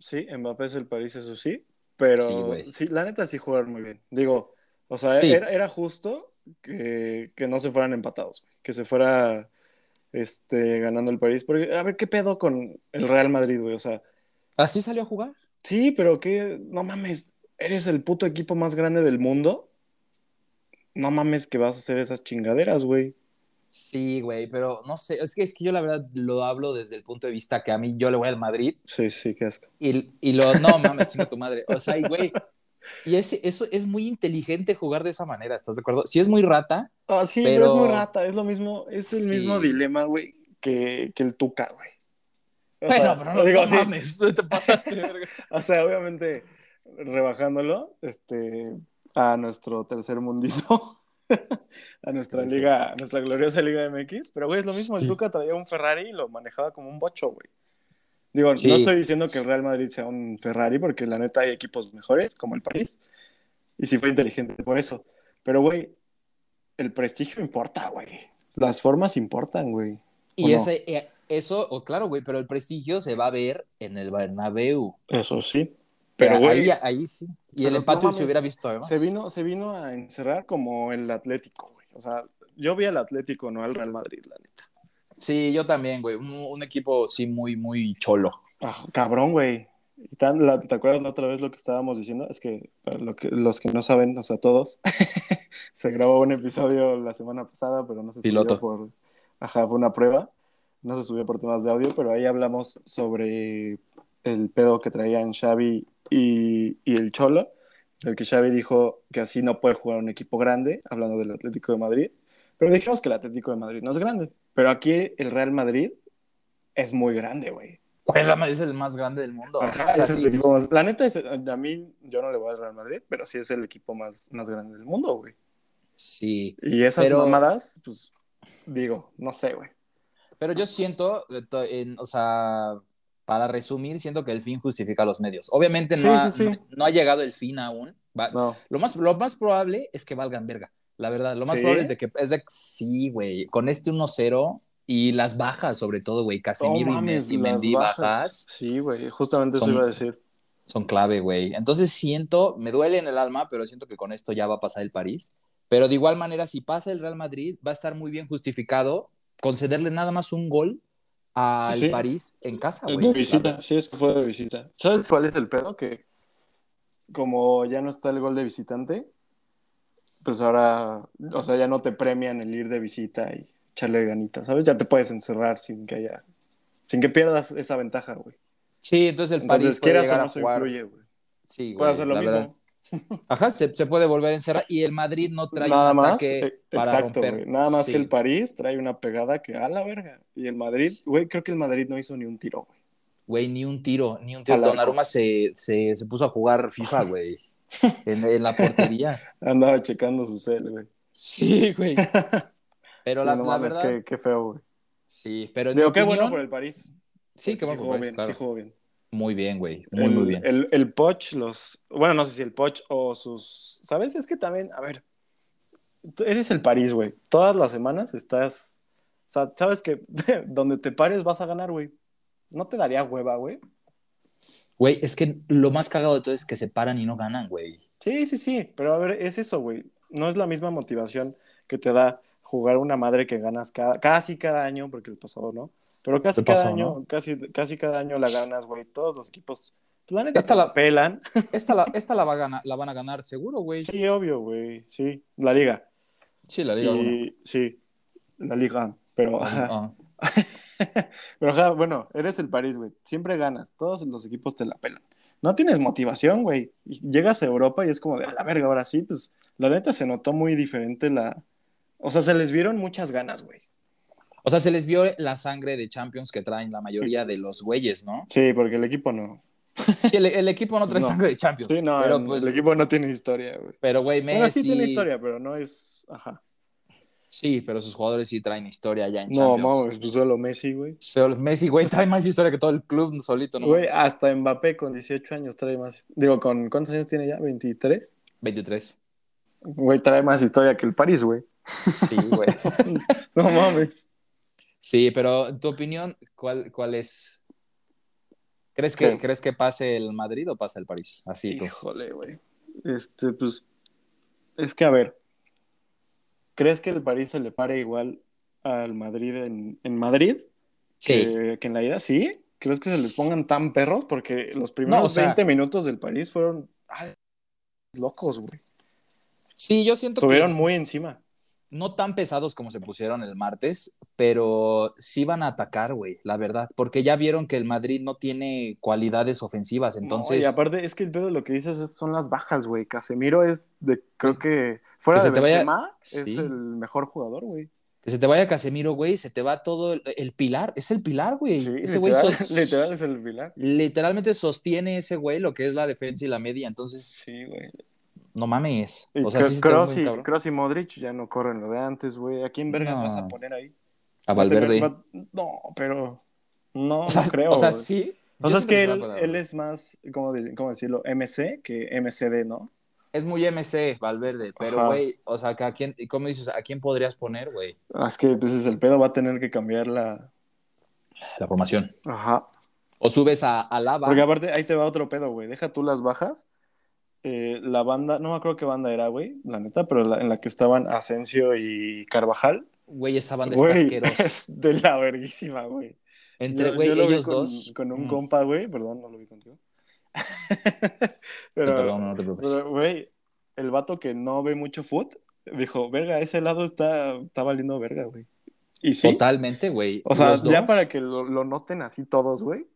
[SPEAKER 1] Sí, Mbappé es el París, eso sí. Pero
[SPEAKER 2] Sí,
[SPEAKER 1] sí,
[SPEAKER 2] güey.
[SPEAKER 1] la neta sí jugaron muy bien. Digo, o sea,
[SPEAKER 2] Sí.
[SPEAKER 1] era, era justo que, que no se fueran empatados, güey, que se fuera este, ganando el París. Porque, a ver, ¿qué pedo con el Real Madrid, güey? O sea,
[SPEAKER 2] Así salió a jugar.
[SPEAKER 1] sí, pero que, no mames, eres el puto equipo más grande del mundo. No mames que vas a hacer esas chingaderas, güey.
[SPEAKER 2] Sí, güey, pero no sé, es que, es que yo la verdad lo hablo desde el punto de vista que a mí yo le voy al Madrid
[SPEAKER 1] Sí, sí, qué asco.
[SPEAKER 2] Y, y lo, no mames, chinga tu madre. O sea, y güey. Y es, eso es muy inteligente jugar de esa manera, ¿estás de acuerdo? Si es muy rata,
[SPEAKER 1] Ah, sí, pero...
[SPEAKER 2] Pero-
[SPEAKER 1] es muy rata, es lo mismo, es el
[SPEAKER 2] Sí.
[SPEAKER 1] mismo dilema, güey, que, que el Tuca, güey. O
[SPEAKER 2] bueno,
[SPEAKER 1] sea,
[SPEAKER 2] pero no,
[SPEAKER 1] digo,
[SPEAKER 2] no
[SPEAKER 1] sí,
[SPEAKER 2] mames, te pasaste. de verga.
[SPEAKER 1] o sea, obviamente, rebajándolo, este, a nuestro tercer mundizo, a nuestra
[SPEAKER 2] Puede ser.
[SPEAKER 1] liga, a nuestra gloriosa Liga MX, pero güey, es lo mismo,
[SPEAKER 2] Sí.
[SPEAKER 1] el Tuca traía un Ferrari y lo manejaba como un bocho, güey. Digo,
[SPEAKER 2] Sí.
[SPEAKER 1] no estoy diciendo que el Real Madrid sea un Ferrari, porque la neta hay equipos mejores, como el París, y sí fue inteligente por eso. Pero, güey, el prestigio importa, güey. Las formas importan, güey. ¿O
[SPEAKER 2] Y
[SPEAKER 1] no?
[SPEAKER 2] ese, eh, eso, o claro, güey, pero el prestigio se va a ver en el Bernabéu.
[SPEAKER 1] Eso sí.
[SPEAKER 2] Eh,
[SPEAKER 1] Pero, güey,
[SPEAKER 2] ahí, ahí sí. Y
[SPEAKER 1] pero
[SPEAKER 2] el
[SPEAKER 1] no
[SPEAKER 2] empate
[SPEAKER 1] mames,
[SPEAKER 2] se hubiera visto además.
[SPEAKER 1] se vino, se vino a encerrar como el Atlético, güey. O sea, yo vi al Atlético, no al Real Madrid, la neta.
[SPEAKER 2] Sí, yo también, güey. Un, un equipo, sí, muy, muy cholo.
[SPEAKER 1] Ah, cabrón, güey. Y tan- la- ¿Te acuerdas la otra vez lo que estábamos diciendo? Es que, para lo que los que no saben, o sea, todos, se grabó un episodio la semana pasada, pero no se
[SPEAKER 2] Piloto.
[SPEAKER 1] subió por... Ajá, fue una prueba. No se subió por temas de audio, pero ahí hablamos sobre el pedo que traían Xavi y, y el Cholo. El que Xavi dijo que así no puede jugar un equipo grande, hablando del Atlético de Madrid. Pero dijimos que el Atlético de Madrid no es grande. Pero aquí el Real Madrid es muy grande, güey.
[SPEAKER 2] Güey, la madre es el más grande del mundo.
[SPEAKER 1] Ajá,
[SPEAKER 2] o sea,
[SPEAKER 1] es el
[SPEAKER 2] sí.
[SPEAKER 1] equipo más- La neta, es, a mí yo no le voy al Real Madrid, pero sí es el equipo más, más grande del mundo, güey.
[SPEAKER 2] sí.
[SPEAKER 1] Y esas
[SPEAKER 2] Pero-
[SPEAKER 1] mamadas, pues, digo, no sé, güey.
[SPEAKER 2] Pero yo siento, eh, to- en- o sea, para resumir, siento que el fin justifica los medios. Obviamente no,
[SPEAKER 1] Sí,
[SPEAKER 2] ha,
[SPEAKER 1] sí, sí.
[SPEAKER 2] No, no ha llegado el fin aún. Va-
[SPEAKER 1] No.
[SPEAKER 2] lo, más, lo más probable es que valgan verga. La verdad, lo más
[SPEAKER 1] ¿Sí?
[SPEAKER 2] probable es de que es de sí, güey. Con este 1-0 y las bajas, sobre todo, güey. Casemiro y
[SPEAKER 1] No mames,
[SPEAKER 2] Me- y
[SPEAKER 1] las
[SPEAKER 2] Mendy bajas.
[SPEAKER 1] Sí, güey, justamente
[SPEAKER 2] Son-
[SPEAKER 1] eso iba a decir.
[SPEAKER 2] son clave, güey. Entonces siento, me duele en el alma, pero siento que con esto ya va a pasar el París. Pero de igual manera, si pasa el Real Madrid, va a estar muy bien justificado concederle nada más un gol al
[SPEAKER 1] Sí.
[SPEAKER 2] París en casa, güey.
[SPEAKER 1] De visita, sí, es que fue de visita. ¿Sabes cuál es el pedo? Que como ya no está el gol de visitante, pues ahora, o sea, ya no te premian el ir de visita y echarle ganitas, ¿sabes? Ya te puedes encerrar sin que haya, sin que pierdas esa ventaja, güey.
[SPEAKER 2] Sí, entonces el París
[SPEAKER 1] Entonces,
[SPEAKER 2] puede
[SPEAKER 1] quieras o
[SPEAKER 2] llegar
[SPEAKER 1] no,
[SPEAKER 2] a
[SPEAKER 1] eso
[SPEAKER 2] jugar.
[SPEAKER 1] influye, güey.
[SPEAKER 2] Sí, güey,
[SPEAKER 1] Puede hacer lo
[SPEAKER 2] la
[SPEAKER 1] mismo.
[SPEAKER 2] verdad. Ajá, se, se puede volver a encerrar y el Madrid no trae
[SPEAKER 1] Nada
[SPEAKER 2] un
[SPEAKER 1] más,
[SPEAKER 2] ataque
[SPEAKER 1] eh,
[SPEAKER 2] para
[SPEAKER 1] exacto,
[SPEAKER 2] romper.
[SPEAKER 1] güey. Nada más
[SPEAKER 2] Sí,
[SPEAKER 1] que el París trae una pegada que a la verga. Y el Madrid, güey, creo que el Madrid no hizo ni un tiro, güey.
[SPEAKER 2] Güey, ni un tiro, ni un tiro.
[SPEAKER 1] Al arco.
[SPEAKER 2] Donnarumma se, se, se puso a jugar FIFA, güey, en, en la portería.
[SPEAKER 1] Andaba checando su cel, güey.
[SPEAKER 2] Sí, güey. Pero
[SPEAKER 1] Sí,
[SPEAKER 2] la,
[SPEAKER 1] no
[SPEAKER 2] la
[SPEAKER 1] mames,
[SPEAKER 2] verdad,
[SPEAKER 1] qué, qué feo, güey.
[SPEAKER 2] sí, pero en mi
[SPEAKER 1] Digo, qué bueno
[SPEAKER 2] opinión-
[SPEAKER 1] por el París.
[SPEAKER 2] Sí,
[SPEAKER 1] sí
[SPEAKER 2] que bueno,
[SPEAKER 1] jugó
[SPEAKER 2] pues,
[SPEAKER 1] bien,
[SPEAKER 2] claro.
[SPEAKER 1] sí jugó bien.
[SPEAKER 2] Muy bien, güey, muy,
[SPEAKER 1] el,
[SPEAKER 2] muy bien.
[SPEAKER 1] El, el Poch, los. Bueno, no sé si el Poch o sus. ¿Sabes? Es que también, a ver. tú Eres el París, güey. Todas las semanas estás. O sea, sabes que donde te pares vas a ganar, güey. No te daría hueva, güey.
[SPEAKER 2] Güey, es que lo más cagado de todo es que se paran y no ganan, güey.
[SPEAKER 1] Sí, sí, sí. Pero a ver, es eso, güey. No es la misma motivación que te da jugar una madre que ganas cada, casi cada año, porque el pasado no. Pero casi
[SPEAKER 2] El
[SPEAKER 1] cada
[SPEAKER 2] pasado,
[SPEAKER 1] año, casi, casi cada año la ganas, güey. Todos los equipos. La neta
[SPEAKER 2] Esta
[SPEAKER 1] te
[SPEAKER 2] la-
[SPEAKER 1] pelan.
[SPEAKER 2] Esta la, esta la, va a ganar, la van a ganar seguro, güey. Sí,
[SPEAKER 1] Sí, obvio, güey. Sí, la liga.
[SPEAKER 2] la digo. Ah.
[SPEAKER 1] Y- sí, la liga. Pero, ajá. pero ajá, bueno, eres el París, güey. Siempre ganas. Todos los equipos te la pelan. No tienes motivación, güey. Y Llegas a Europa y es como de a la verga, ahora sí. Pues la neta se notó muy diferente la. O sea, se les vieron muchas ganas, güey.
[SPEAKER 2] O sea, se les vio la sangre de Champions que traen la mayoría de los güeyes, ¿no?
[SPEAKER 1] Sí, porque el equipo no.
[SPEAKER 2] Sí, el, el equipo no trae
[SPEAKER 1] No.
[SPEAKER 2] sangre de Champions.
[SPEAKER 1] Sí, no,
[SPEAKER 2] pero,
[SPEAKER 1] el,
[SPEAKER 2] pues,
[SPEAKER 1] el equipo no tiene historia, güey.
[SPEAKER 2] pero, güey, Messi.
[SPEAKER 1] Bueno, sí tiene historia, pero no es. Ajá.
[SPEAKER 2] Sí, pero sus jugadores sí traen historia ya en
[SPEAKER 1] No,
[SPEAKER 2] Champions.
[SPEAKER 1] mames, pues solo Messi, güey.
[SPEAKER 2] Solo Messi, güey, trae más historia que todo el club solito, ¿no?
[SPEAKER 1] Güey, hasta Mbappé con 18 años trae más. Digo, ¿con cuántos años tiene ya? ¿23?
[SPEAKER 2] 23.
[SPEAKER 1] Güey, trae más historia que el París, güey.
[SPEAKER 2] Sí, güey.
[SPEAKER 1] No mames.
[SPEAKER 2] Sí, pero en tu opinión, ¿cuál, cuál es? ¿Crees que,
[SPEAKER 1] Sí.
[SPEAKER 2] ¿Crees que pase el Madrid o pasa el París? Así tú.
[SPEAKER 1] Híjole, güey. Este, pues. Es que, a ver. ¿Crees que el París se le pare igual al Madrid en, en Madrid?
[SPEAKER 2] Sí.
[SPEAKER 1] Que, que en la ida, sí. ¿Crees que se les pongan tan perros? Porque los primeros
[SPEAKER 2] No, o sea-
[SPEAKER 1] 20 minutos del París fueron. ah, locos, güey.
[SPEAKER 2] Sí, yo siento
[SPEAKER 1] Estuvieron
[SPEAKER 2] que
[SPEAKER 1] muy encima.
[SPEAKER 2] no tan pesados como se pusieron el martes, pero sí van a atacar, güey, la verdad, porque ya vieron que el Madrid no tiene cualidades ofensivas,
[SPEAKER 1] No, y
[SPEAKER 2] entonces
[SPEAKER 1] aparte, es que el pedo de lo que dices es- son las bajas, güey. Casemiro es de. Creo que. Fuera
[SPEAKER 2] Que se
[SPEAKER 1] de
[SPEAKER 2] te vaya-
[SPEAKER 1] Benzema,
[SPEAKER 2] Sí.
[SPEAKER 1] es el mejor jugador, güey.
[SPEAKER 2] que se te vaya Casemiro, güey, se te va todo el, el pilar, es el pilar, güey.
[SPEAKER 1] Sí,
[SPEAKER 2] Ese güey
[SPEAKER 1] literal,
[SPEAKER 2] so-
[SPEAKER 1] literal es el pilar.
[SPEAKER 2] literalmente sostiene ese güey lo que es la defensa y la media, entonces
[SPEAKER 1] Sí, güey.
[SPEAKER 2] no mames.
[SPEAKER 1] Y
[SPEAKER 2] O sea,
[SPEAKER 1] Cro-
[SPEAKER 2] sí se te va
[SPEAKER 1] Kroos
[SPEAKER 2] muy
[SPEAKER 1] y,
[SPEAKER 2] cabrón.
[SPEAKER 1] Kroos y Modric ya no corren lo de antes, güey. ¿A quién vergas
[SPEAKER 2] No.
[SPEAKER 1] vas a poner ahí?
[SPEAKER 2] a
[SPEAKER 1] Va a tener-
[SPEAKER 2] Valverde.
[SPEAKER 1] va- no, pero no,
[SPEAKER 2] O sea,
[SPEAKER 1] no creo.
[SPEAKER 2] o sea,
[SPEAKER 1] güey.
[SPEAKER 2] sí.
[SPEAKER 1] O
[SPEAKER 2] Yo
[SPEAKER 1] sea, es
[SPEAKER 2] siento
[SPEAKER 1] que
[SPEAKER 2] se va
[SPEAKER 1] él,
[SPEAKER 2] para-
[SPEAKER 1] él es más, ¿cómo, de- cómo decirlo? MC que MCD, ¿no?
[SPEAKER 2] Es muy MC, Valverde, pero
[SPEAKER 1] Ajá.
[SPEAKER 2] güey, o sea, que ¿a quién, ¿cómo dices? ¿A quién podrías poner, güey?
[SPEAKER 1] Ah, Es que pues, es el pedo va a tener que cambiar la...
[SPEAKER 2] La formación.
[SPEAKER 1] Ajá.
[SPEAKER 2] O subes a, a Lava.
[SPEAKER 1] Porque aparte, ahí te va otro pedo, güey. Deja tú las bajas. Eh, la banda, no me acuerdo qué banda era, güey, la neta, pero la- en la que estaban Asensio y Carvajal.
[SPEAKER 2] Güey, esa banda está
[SPEAKER 1] Güey,
[SPEAKER 2] asquerosa.
[SPEAKER 1] es de la verguísima, güey.
[SPEAKER 2] Entre,
[SPEAKER 1] Yo-
[SPEAKER 2] güey,
[SPEAKER 1] yo lo vi
[SPEAKER 2] ellos
[SPEAKER 1] con-
[SPEAKER 2] dos.
[SPEAKER 1] Con un
[SPEAKER 2] Mm,
[SPEAKER 1] compa, güey, perdón, no lo vi contigo.
[SPEAKER 2] no,
[SPEAKER 1] pero,
[SPEAKER 2] perdón, no pues. te preocupes.
[SPEAKER 1] pero, güey, el vato que no ve mucho foot dijo, verga, ese lado está, está valiendo verga, güey. Y sí.
[SPEAKER 2] Totalmente, güey.
[SPEAKER 1] O sea,
[SPEAKER 2] Los dos,
[SPEAKER 1] ya para que lo, lo noten así todos, güey,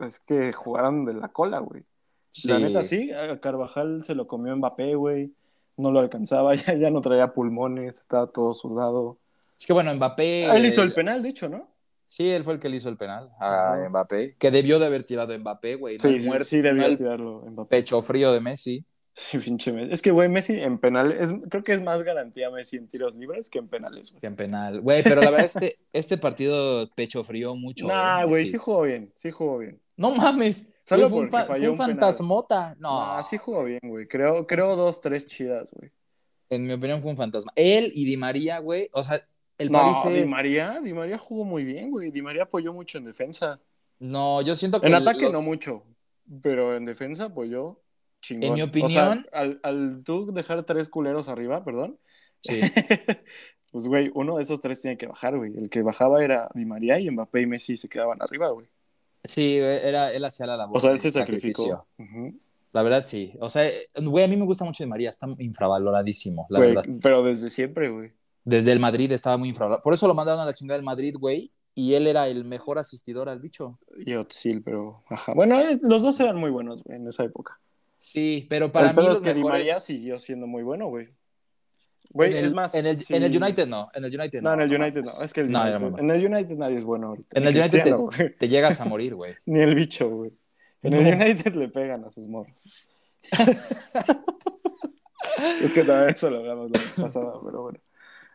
[SPEAKER 1] es que jugaron de la cola, güey. La neta, sí, a Carvajal se lo comió Mbappé, güey. No lo alcanzaba, ya, ya no traía pulmones, estaba todo sudado.
[SPEAKER 2] Es que bueno, Mbappé.
[SPEAKER 1] Ah,
[SPEAKER 2] eh,
[SPEAKER 1] Él hizo el penal, de hecho, ¿no?
[SPEAKER 2] Sí, él fue el que le hizo el penal a
[SPEAKER 1] Ajá.
[SPEAKER 2] Mbappé. Que debió de haber tirado a Mbappé, güey. No
[SPEAKER 1] Sí,
[SPEAKER 2] el
[SPEAKER 1] sí,
[SPEAKER 2] muerto,
[SPEAKER 1] sí, debió
[SPEAKER 2] no el
[SPEAKER 1] tirarlo Mbappé.
[SPEAKER 2] pecho frío de Messi.
[SPEAKER 1] Sí, pinche Messi. Es que, güey, Messi en penales, es- creo que es más garantía Messi en tiros libres que en penales, güey.
[SPEAKER 2] Que en penal. Güey, pero la verdad, este, este partido pecho frío mucho.
[SPEAKER 1] Nah,
[SPEAKER 2] eh,
[SPEAKER 1] güey,
[SPEAKER 2] Messi.
[SPEAKER 1] sí jugó bien, sí jugó bien.
[SPEAKER 2] No mames.
[SPEAKER 1] Solo
[SPEAKER 2] Solo fue un,
[SPEAKER 1] porque
[SPEAKER 2] fa-
[SPEAKER 1] falló
[SPEAKER 2] fue un
[SPEAKER 1] un penal.
[SPEAKER 2] fantasmota. No.
[SPEAKER 1] Nah, sí jugó bien, güey. Creo, creo dos, tres chidas, güey.
[SPEAKER 2] En mi opinión fue un fantasma. Él y Di María, güey. O sea, el
[SPEAKER 1] No,
[SPEAKER 2] París. se-
[SPEAKER 1] Di María, Di María jugó muy bien, güey. Di María apoyó mucho en defensa.
[SPEAKER 2] No, yo siento que.
[SPEAKER 1] En
[SPEAKER 2] el-
[SPEAKER 1] ataque
[SPEAKER 2] los-
[SPEAKER 1] no mucho, pero en defensa apoyó chingón.
[SPEAKER 2] En mi
[SPEAKER 1] O sea,
[SPEAKER 2] opinión-
[SPEAKER 1] al, al tú dejar tres culeros arriba, perdón,
[SPEAKER 2] Sí.
[SPEAKER 1] pues, güey, uno de esos tres tiene que bajar, güey. El que bajaba era Di María y Mbappé y Messi se quedaban arriba, güey.
[SPEAKER 2] Sí, era, él hacía la labor.
[SPEAKER 1] O sea, él
[SPEAKER 2] de
[SPEAKER 1] se sacrificó.
[SPEAKER 2] sacrificio.
[SPEAKER 1] Ujú.
[SPEAKER 2] La verdad, sí. O sea, eh, güey, a mí me gusta mucho Di María. Está infravaloradísimo, la
[SPEAKER 1] Güey,
[SPEAKER 2] verdad.
[SPEAKER 1] pero desde siempre, güey.
[SPEAKER 2] Desde el Madrid estaba muy infravalorado. Por eso lo mandaron a la chingada del Madrid, güey. Y él era el mejor asistidor al bicho.
[SPEAKER 1] eh, Y Otzil, pero. Ajá. Bueno, es- los dos eran muy buenos, güey, en esa época.
[SPEAKER 2] Sí, pero para
[SPEAKER 1] el
[SPEAKER 2] mí
[SPEAKER 1] pedo
[SPEAKER 2] los
[SPEAKER 1] es que Di
[SPEAKER 2] mejores-
[SPEAKER 1] María siguió siendo muy bueno, güey. Güey,
[SPEAKER 2] en el-
[SPEAKER 1] es más.
[SPEAKER 2] En el,
[SPEAKER 1] si-
[SPEAKER 2] en el United no, en el United
[SPEAKER 1] No, en el United no.
[SPEAKER 2] mames.
[SPEAKER 1] Es que el
[SPEAKER 2] No,
[SPEAKER 1] United-
[SPEAKER 2] era mamá.
[SPEAKER 1] en el United nadie es bueno ahorita.
[SPEAKER 2] En
[SPEAKER 1] Ni
[SPEAKER 2] el United
[SPEAKER 1] Cristiano, güey.
[SPEAKER 2] te llegas a morir, güey.
[SPEAKER 1] Ni el bicho, güey. En el
[SPEAKER 2] No.
[SPEAKER 1] United le pegan a sus morros. es que también eso lo hablamos la vez pasada, pero bueno.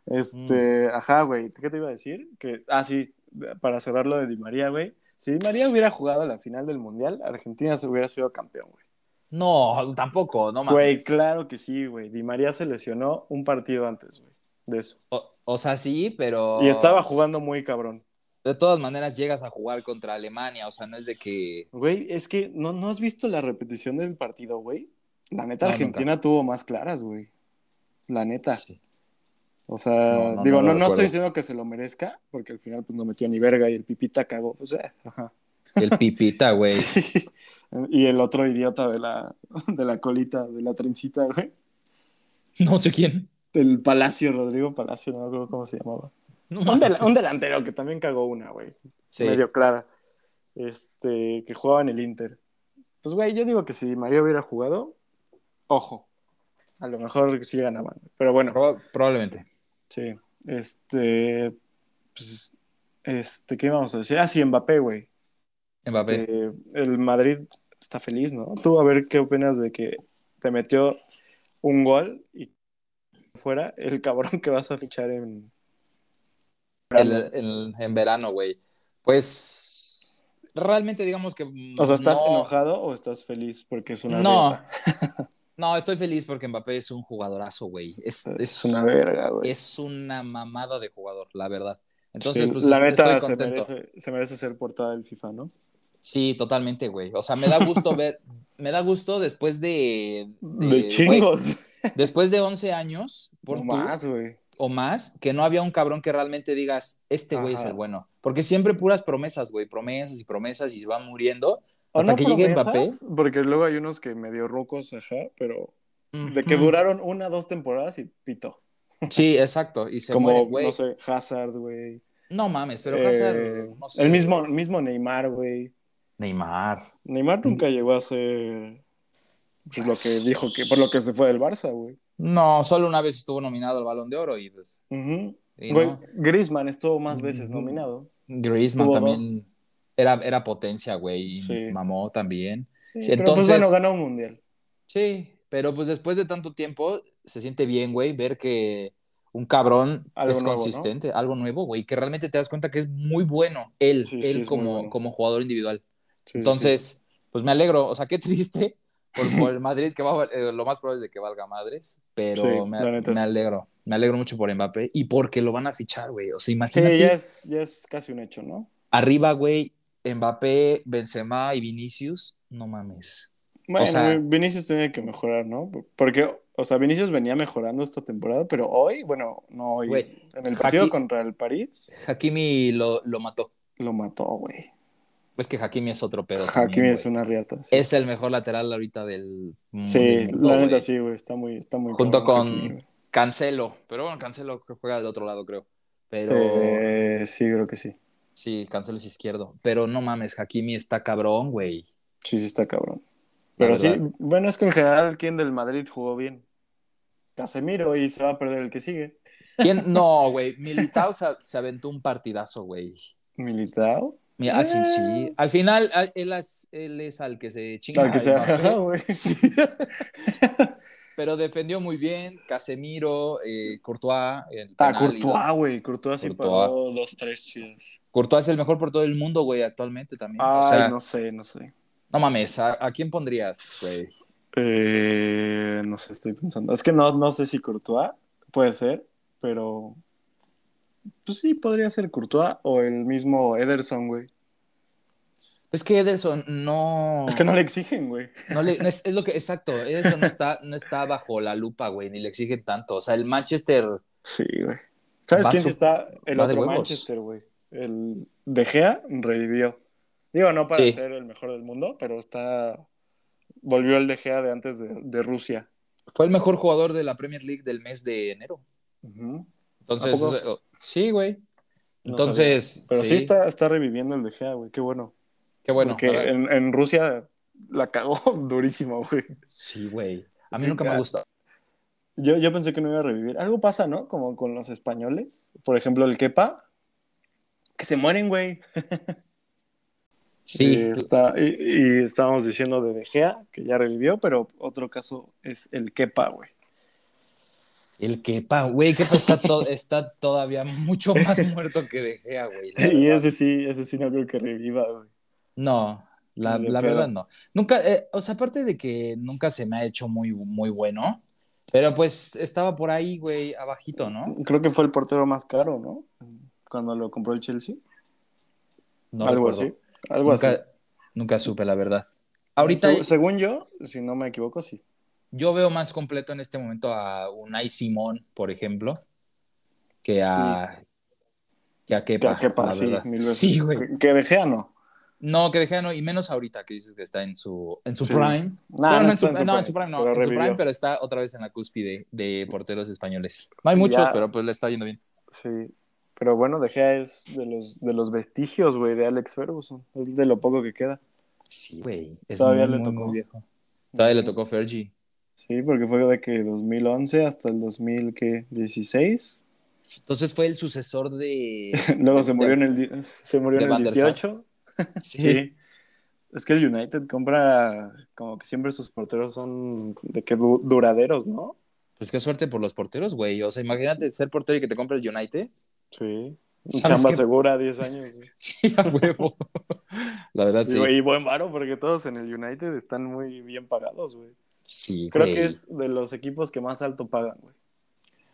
[SPEAKER 1] Este,
[SPEAKER 2] Mm.
[SPEAKER 1] ajá, güey. ¿Qué te iba a decir? Que, ah, sí, para cerrar lo de Di María, güey. Si Di María hubiera jugado la final del Mundial, Argentina se hubiera sido campeón, güey.
[SPEAKER 2] No, tampoco, no
[SPEAKER 1] Güey,
[SPEAKER 2] mames.
[SPEAKER 1] claro que sí, güey. Di María se lesionó un partido antes, güey, de eso.
[SPEAKER 2] O, o sea, sí, pero.
[SPEAKER 1] Y estaba jugando muy cabrón.
[SPEAKER 2] De todas maneras, llegas a jugar contra Alemania, o sea, no es de que.
[SPEAKER 1] Güey, es que no, no has visto la repetición del partido, güey. La neta,
[SPEAKER 2] No,
[SPEAKER 1] Argentina tuvo más claras, güey. La neta.
[SPEAKER 2] Sí.
[SPEAKER 1] O sea,
[SPEAKER 2] No, no,
[SPEAKER 1] digo, no,
[SPEAKER 2] no lo
[SPEAKER 1] no,
[SPEAKER 2] recuerdo.
[SPEAKER 1] estoy diciendo que se lo merezca, porque al final pues no metió ni verga y el pipita cagó. O sea, ajá.
[SPEAKER 2] El pipita, güey.
[SPEAKER 1] Sí. Y el otro idiota de la, de la colita, de la trencita, güey.
[SPEAKER 2] No sé quién.
[SPEAKER 1] El Palacio, Rodrigo Palacio, no me acuerdo cómo se llamaba.
[SPEAKER 2] No pues.
[SPEAKER 1] Un, del-
[SPEAKER 2] mames.
[SPEAKER 1] un delantero que también cagó una, güey.
[SPEAKER 2] Sí.
[SPEAKER 1] medio clara, este, que jugaba en el Inter. Pues, güey, yo digo que si Di María hubiera jugado, ojo, a lo mejor sí ganaban. Pero bueno,
[SPEAKER 2] Proba- probablemente.
[SPEAKER 1] sí, este, pues, este, ¿qué íbamos a decir? Ah, sí, Mbappé, güey.
[SPEAKER 2] Mbappé.
[SPEAKER 1] Que el Madrid está feliz, ¿no? Tú a ver qué opinas de que te metió un gol y fuera el cabrón que vas a fichar en...
[SPEAKER 2] El- el- en verano, güey. Pues. Realmente, digamos que. mm,
[SPEAKER 1] O sea, ¿estás
[SPEAKER 2] no-
[SPEAKER 1] enojado o estás feliz porque es una
[SPEAKER 2] No.
[SPEAKER 1] verga?
[SPEAKER 2] No, estoy feliz porque Mbappé es un jugadorazo, güey. Es,
[SPEAKER 1] Es una verga, güey.
[SPEAKER 2] es una mamada de jugador, la verdad. Entonces,
[SPEAKER 1] Sí,
[SPEAKER 2] pues
[SPEAKER 1] la
[SPEAKER 2] estoy-
[SPEAKER 1] neta
[SPEAKER 2] estoy
[SPEAKER 1] se
[SPEAKER 2] contento.
[SPEAKER 1] merece, se merece ser portada del FIFA, ¿no?
[SPEAKER 2] Sí, totalmente, güey. O sea, me da gusto ver, me da gusto después de...
[SPEAKER 1] De
[SPEAKER 2] güey,
[SPEAKER 1] chingos.
[SPEAKER 2] después de 11 años por
[SPEAKER 1] No
[SPEAKER 2] tú,
[SPEAKER 1] más, güey.
[SPEAKER 2] o más, que no había un cabrón que realmente digas, este güey es
[SPEAKER 1] Ajá.
[SPEAKER 2] el bueno. Porque siempre puras promesas, güey, promesas y promesas y se van muriendo.
[SPEAKER 1] ¿O
[SPEAKER 2] Hasta que llegue
[SPEAKER 1] promesas? Porque luego hay unos que medio rucos, ajá, pero de que
[SPEAKER 2] Ujú.
[SPEAKER 1] duraron una, dos temporadas y pito.
[SPEAKER 2] Sí, exacto. Y se
[SPEAKER 1] Como,
[SPEAKER 2] mueren, güey.
[SPEAKER 1] no
[SPEAKER 2] No,
[SPEAKER 1] sé, Hazard, güey.
[SPEAKER 2] mames, pero
[SPEAKER 1] Eh,
[SPEAKER 2] Hazard, no sé,
[SPEAKER 1] El mismo, mismo Neymar, güey.
[SPEAKER 2] Neymar.
[SPEAKER 1] Neymar nunca llegó a ser pues, lo que dijo que, por lo que se fue del Barça, güey.
[SPEAKER 2] No, solo una vez estuvo nominado al Balón de Oro y pues...
[SPEAKER 1] Ujú.
[SPEAKER 2] y
[SPEAKER 1] Güey,
[SPEAKER 2] no.
[SPEAKER 1] Griezmann estuvo más veces
[SPEAKER 2] Ujú.
[SPEAKER 1] nominado.
[SPEAKER 2] Griezmann
[SPEAKER 1] Tuvo
[SPEAKER 2] también era, era potencia, güey. y
[SPEAKER 1] Sí.
[SPEAKER 2] Mamó también.
[SPEAKER 1] Sí,
[SPEAKER 2] Sí,
[SPEAKER 1] pero, pues
[SPEAKER 2] entonces-
[SPEAKER 1] bueno, ganó un mundial.
[SPEAKER 2] Sí, pero pues después de tanto tiempo se siente bien, güey, ver que un cabrón
[SPEAKER 1] Algo
[SPEAKER 2] es
[SPEAKER 1] nuevo,
[SPEAKER 2] consistente, algo nuevo, güey, que realmente te das cuenta que es muy bueno él,
[SPEAKER 1] Sí, sí,
[SPEAKER 2] él
[SPEAKER 1] es muy
[SPEAKER 2] como,
[SPEAKER 1] bueno.
[SPEAKER 2] como jugador individual.
[SPEAKER 1] Sí, sí, sí.
[SPEAKER 2] Entonces, pues me alegro, o sea, qué triste por, por el Madrid, que va, a- eh, lo más probable es de que valga madres, pero
[SPEAKER 1] Sí,
[SPEAKER 2] me,
[SPEAKER 1] la neta
[SPEAKER 2] me
[SPEAKER 1] sí.
[SPEAKER 2] alegro, me alegro mucho por Mbappé y porque lo van a fichar, güey, o sea,
[SPEAKER 1] Sí,
[SPEAKER 2] imagínate
[SPEAKER 1] ya es, ya es casi un hecho, ¿no?
[SPEAKER 2] arriba, güey, Mbappé, Benzema y Vinicius, no mames.
[SPEAKER 1] Bueno,
[SPEAKER 2] sea-
[SPEAKER 1] Vinicius tiene que mejorar, ¿no? Porque, o sea, Vinicius venía mejorando esta temporada, pero hoy, bueno, no hoy.
[SPEAKER 2] Güey,
[SPEAKER 1] en el partido
[SPEAKER 2] Haki-
[SPEAKER 1] contra el París,
[SPEAKER 2] Hakimi lo, lo mató.
[SPEAKER 1] lo mató, güey.
[SPEAKER 2] Es que Hakimi es otro pedo.
[SPEAKER 1] Hakimi
[SPEAKER 2] también,
[SPEAKER 1] es
[SPEAKER 2] güey.
[SPEAKER 1] una riata. Sí,
[SPEAKER 2] Es el mejor lateral ahorita del.
[SPEAKER 1] Sí,
[SPEAKER 2] del mundo,
[SPEAKER 1] la neta
[SPEAKER 2] güey.
[SPEAKER 1] sí, güey. Está muy, está muy
[SPEAKER 2] Junto
[SPEAKER 1] cabrón
[SPEAKER 2] con-
[SPEAKER 1] Hakimi, güey.
[SPEAKER 2] Cancelo. Pero bueno, Cancelo creo que juega del otro lado, creo. Pero.
[SPEAKER 1] Eh, sí, creo que sí.
[SPEAKER 2] Sí, Cancelo es izquierdo. Pero no mames, Hakimi está cabrón, güey.
[SPEAKER 1] Sí, sí está cabrón.
[SPEAKER 2] La
[SPEAKER 1] Pero sí,
[SPEAKER 2] verdad.
[SPEAKER 1] bueno, es que en general, ¿quién del Madrid jugó bien? Casemiro y se va a perder el que sigue.
[SPEAKER 2] ¿Quién? No, güey. Militao se, se aventó un partidazo, güey.
[SPEAKER 1] Militao.
[SPEAKER 2] Mi- Al fin sí. Al final, a- él es, él es al que se chinga.
[SPEAKER 1] Tal Eh. que sea,
[SPEAKER 2] Mbappé.
[SPEAKER 1] ajá, güey.
[SPEAKER 2] Pero defendió muy bien. Casemiro, eh, Courtois. el
[SPEAKER 1] Ah,
[SPEAKER 2] penal y
[SPEAKER 1] Courtois, güey. Courtois sí
[SPEAKER 2] Courtois.
[SPEAKER 1] paró dos, tres chidos.
[SPEAKER 2] Courtois es el mejor por todo el mundo, güey, actualmente también.
[SPEAKER 1] Ay,
[SPEAKER 2] o sea, no.
[SPEAKER 1] no sé, no sé.
[SPEAKER 2] mames, ¿a, a quién pondrías, güey?
[SPEAKER 1] Eh, no sé, estoy pensando. Es que no, no sé si Courtois puede ser, pero. Pues sí, podría ser Courtois o el mismo Ederson, güey.
[SPEAKER 2] Es que Ederson no.
[SPEAKER 1] Es que no le exigen, güey.
[SPEAKER 2] no le- no es, es lo que. Exacto, Ederson no está, no está bajo la lupa, güey, ni le exigen tanto. O sea, el Manchester.
[SPEAKER 1] Sí, güey. ¿Sabes
[SPEAKER 2] Va
[SPEAKER 1] quién
[SPEAKER 2] su-
[SPEAKER 1] sí está? El
[SPEAKER 2] va de
[SPEAKER 1] otro
[SPEAKER 2] huevos.
[SPEAKER 1] Manchester, güey. El De Gea revivió. Digo, no para
[SPEAKER 2] Sí.
[SPEAKER 1] ser el mejor del mundo, pero está. Volvió el De Gea de antes de, de Rusia.
[SPEAKER 2] Fue el mejor jugador de la Premier League del mes de enero.
[SPEAKER 1] Ujú.
[SPEAKER 2] Entonces.
[SPEAKER 1] ¿A poco?
[SPEAKER 2] o sea, o- Sí, güey.
[SPEAKER 1] No
[SPEAKER 2] Entonces.
[SPEAKER 1] Pero
[SPEAKER 2] sí,
[SPEAKER 1] sí, está, está reviviendo el De Gea, güey. Qué bueno.
[SPEAKER 2] Qué bueno.
[SPEAKER 1] Porque
[SPEAKER 2] ahora-
[SPEAKER 1] en, en Rusia la cagó durísimo, güey.
[SPEAKER 2] Sí, güey. A mí nunca me ha gustado.
[SPEAKER 1] Yo, yo pensé que no iba a revivir. Algo pasa, ¿no? Como con los españoles. Por ejemplo, el Kepa. Que se mueren, güey. Y,
[SPEAKER 2] Sí.
[SPEAKER 1] está, y, y estábamos diciendo de De Gea, que ya revivió, pero otro caso es el Kepa, güey.
[SPEAKER 2] El Kepa, güey, Kepa está, to- está todavía mucho más muerto que De Gea, güey. la
[SPEAKER 1] Y
[SPEAKER 2] verdad.
[SPEAKER 1] ese sí, ese sí no creo que reviva, güey.
[SPEAKER 2] No, la,
[SPEAKER 1] Ni de
[SPEAKER 2] la
[SPEAKER 1] pedo.
[SPEAKER 2] verdad no. Nunca, eh, o sea, aparte de que nunca se me ha hecho muy, muy bueno, pero pues estaba por ahí, güey, abajito, ¿no?
[SPEAKER 1] Creo que fue el portero más caro, ¿no? Cuando lo compró el Chelsea.
[SPEAKER 2] No
[SPEAKER 1] algo
[SPEAKER 2] recuerdo.
[SPEAKER 1] así. Algo así.
[SPEAKER 2] Nunca, nunca supe, la verdad. Ahorita
[SPEAKER 1] Se- según yo, si no me equivoco, sí.
[SPEAKER 2] yo veo más completo en este momento a Unai Simón, por ejemplo, que a, que a Kepa,
[SPEAKER 1] Que- que pa-
[SPEAKER 2] la
[SPEAKER 1] sí,
[SPEAKER 2] verdad.
[SPEAKER 1] mil veces.
[SPEAKER 2] Sí, güey.
[SPEAKER 1] Que- Que De Gea no.
[SPEAKER 2] No, que dejé, no, y menos ahorita que dices que está en su, en su
[SPEAKER 1] Sí.
[SPEAKER 2] prime.
[SPEAKER 1] Nah,
[SPEAKER 2] Bueno,
[SPEAKER 1] no
[SPEAKER 2] no, en su,
[SPEAKER 1] está en su
[SPEAKER 2] no,
[SPEAKER 1] prime,
[SPEAKER 2] en su prime no,
[SPEAKER 1] pero
[SPEAKER 2] en su
[SPEAKER 1] revivió.
[SPEAKER 2] prime, pero está otra vez en la cúspide de porteros españoles. No hay muchos,
[SPEAKER 1] Ya.
[SPEAKER 2] pero pues le está yendo bien.
[SPEAKER 1] Sí. Pero bueno, De Gea es de los, de los vestigios, güey, de Alex Ferguson. Es de lo poco que queda.
[SPEAKER 2] Sí, güey. Es
[SPEAKER 1] Todavía
[SPEAKER 2] muy,
[SPEAKER 1] le
[SPEAKER 2] muy,
[SPEAKER 1] tocó.
[SPEAKER 2] muy viejo. Todavía le tocó Fergie.
[SPEAKER 1] Sí, porque fue de que 2011 hasta el 2016.
[SPEAKER 2] Entonces fue el sucesor de.
[SPEAKER 1] Luego se
[SPEAKER 2] De-
[SPEAKER 1] murió en el, di- se murió
[SPEAKER 2] de
[SPEAKER 1] en el
[SPEAKER 2] Van der Sar.
[SPEAKER 1] 18. Sí. Es que el United compra como que siempre sus porteros son de que du- duraderos, ¿no?
[SPEAKER 2] Pues qué suerte por los porteros, güey. O sea, imagínate ser portero y que te compre el United.
[SPEAKER 1] Sí.
[SPEAKER 2] ¿Sabes
[SPEAKER 1] Chamba
[SPEAKER 2] qué?
[SPEAKER 1] segura, 10 años. güey.
[SPEAKER 2] Sí, a huevo. La verdad, sí.
[SPEAKER 1] Y, güey, y buen varo, porque todos en el United están muy bien pagados, güey.
[SPEAKER 2] Sí,
[SPEAKER 1] Creo
[SPEAKER 2] güey.
[SPEAKER 1] que es de los equipos que más alto pagan, güey.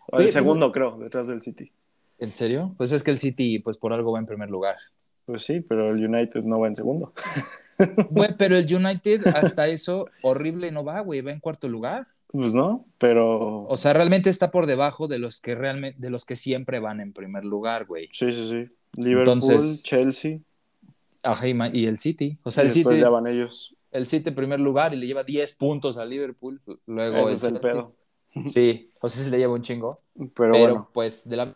[SPEAKER 1] O
[SPEAKER 2] Oye,
[SPEAKER 1] el
[SPEAKER 2] pues-
[SPEAKER 1] segundo, creo, detrás del City.
[SPEAKER 2] ¿En serio? Pues es que el City, pues por algo va en primer lugar.
[SPEAKER 1] Pues sí, pero el United no va en segundo.
[SPEAKER 2] Güey, pero el United hasta eso horrible no va, güey. Va en cuarto lugar.
[SPEAKER 1] Pues no, pero.
[SPEAKER 2] O sea, realmente está por debajo de los que realmente, de los que siempre van en primer lugar, güey.
[SPEAKER 1] Sí, sí, sí. Liverpool,
[SPEAKER 2] Entonces-
[SPEAKER 1] Chelsea.
[SPEAKER 2] Ajá, y, ma- y el City. O sea,
[SPEAKER 1] y
[SPEAKER 2] el
[SPEAKER 1] después
[SPEAKER 2] City,
[SPEAKER 1] ya van ellos.
[SPEAKER 2] el City en primer lugar y le lleva 10 puntos a Liverpool. Luego
[SPEAKER 1] Ese es el
[SPEAKER 2] Chelsea.
[SPEAKER 1] pedo.
[SPEAKER 2] Sí, o sea, se le lleva un chingo.
[SPEAKER 1] Pero,
[SPEAKER 2] Pero,
[SPEAKER 1] bueno,
[SPEAKER 2] pues, de la...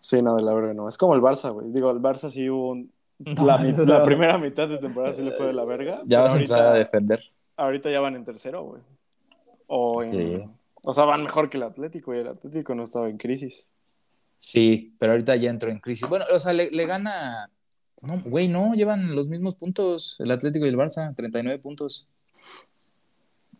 [SPEAKER 1] sí, no, de la verga no. Es como el Barça, güey. Digo, el Barça sí hubo un- la, mi- la primera mitad de temporada sí le fue de la verga. pero
[SPEAKER 2] Ya vas a
[SPEAKER 1] ahorita,
[SPEAKER 2] entrar a defender.
[SPEAKER 1] ahorita ya van en tercero, güey. O, en-
[SPEAKER 2] Sí.
[SPEAKER 1] o sea, van mejor que el Atlético y el Atlético no estaba en crisis.
[SPEAKER 2] Sí, pero ahorita ya entró en crisis. Bueno, o sea, le, le gana... No, güey, no, llevan los mismos puntos el Atlético y el Barça, 39 puntos.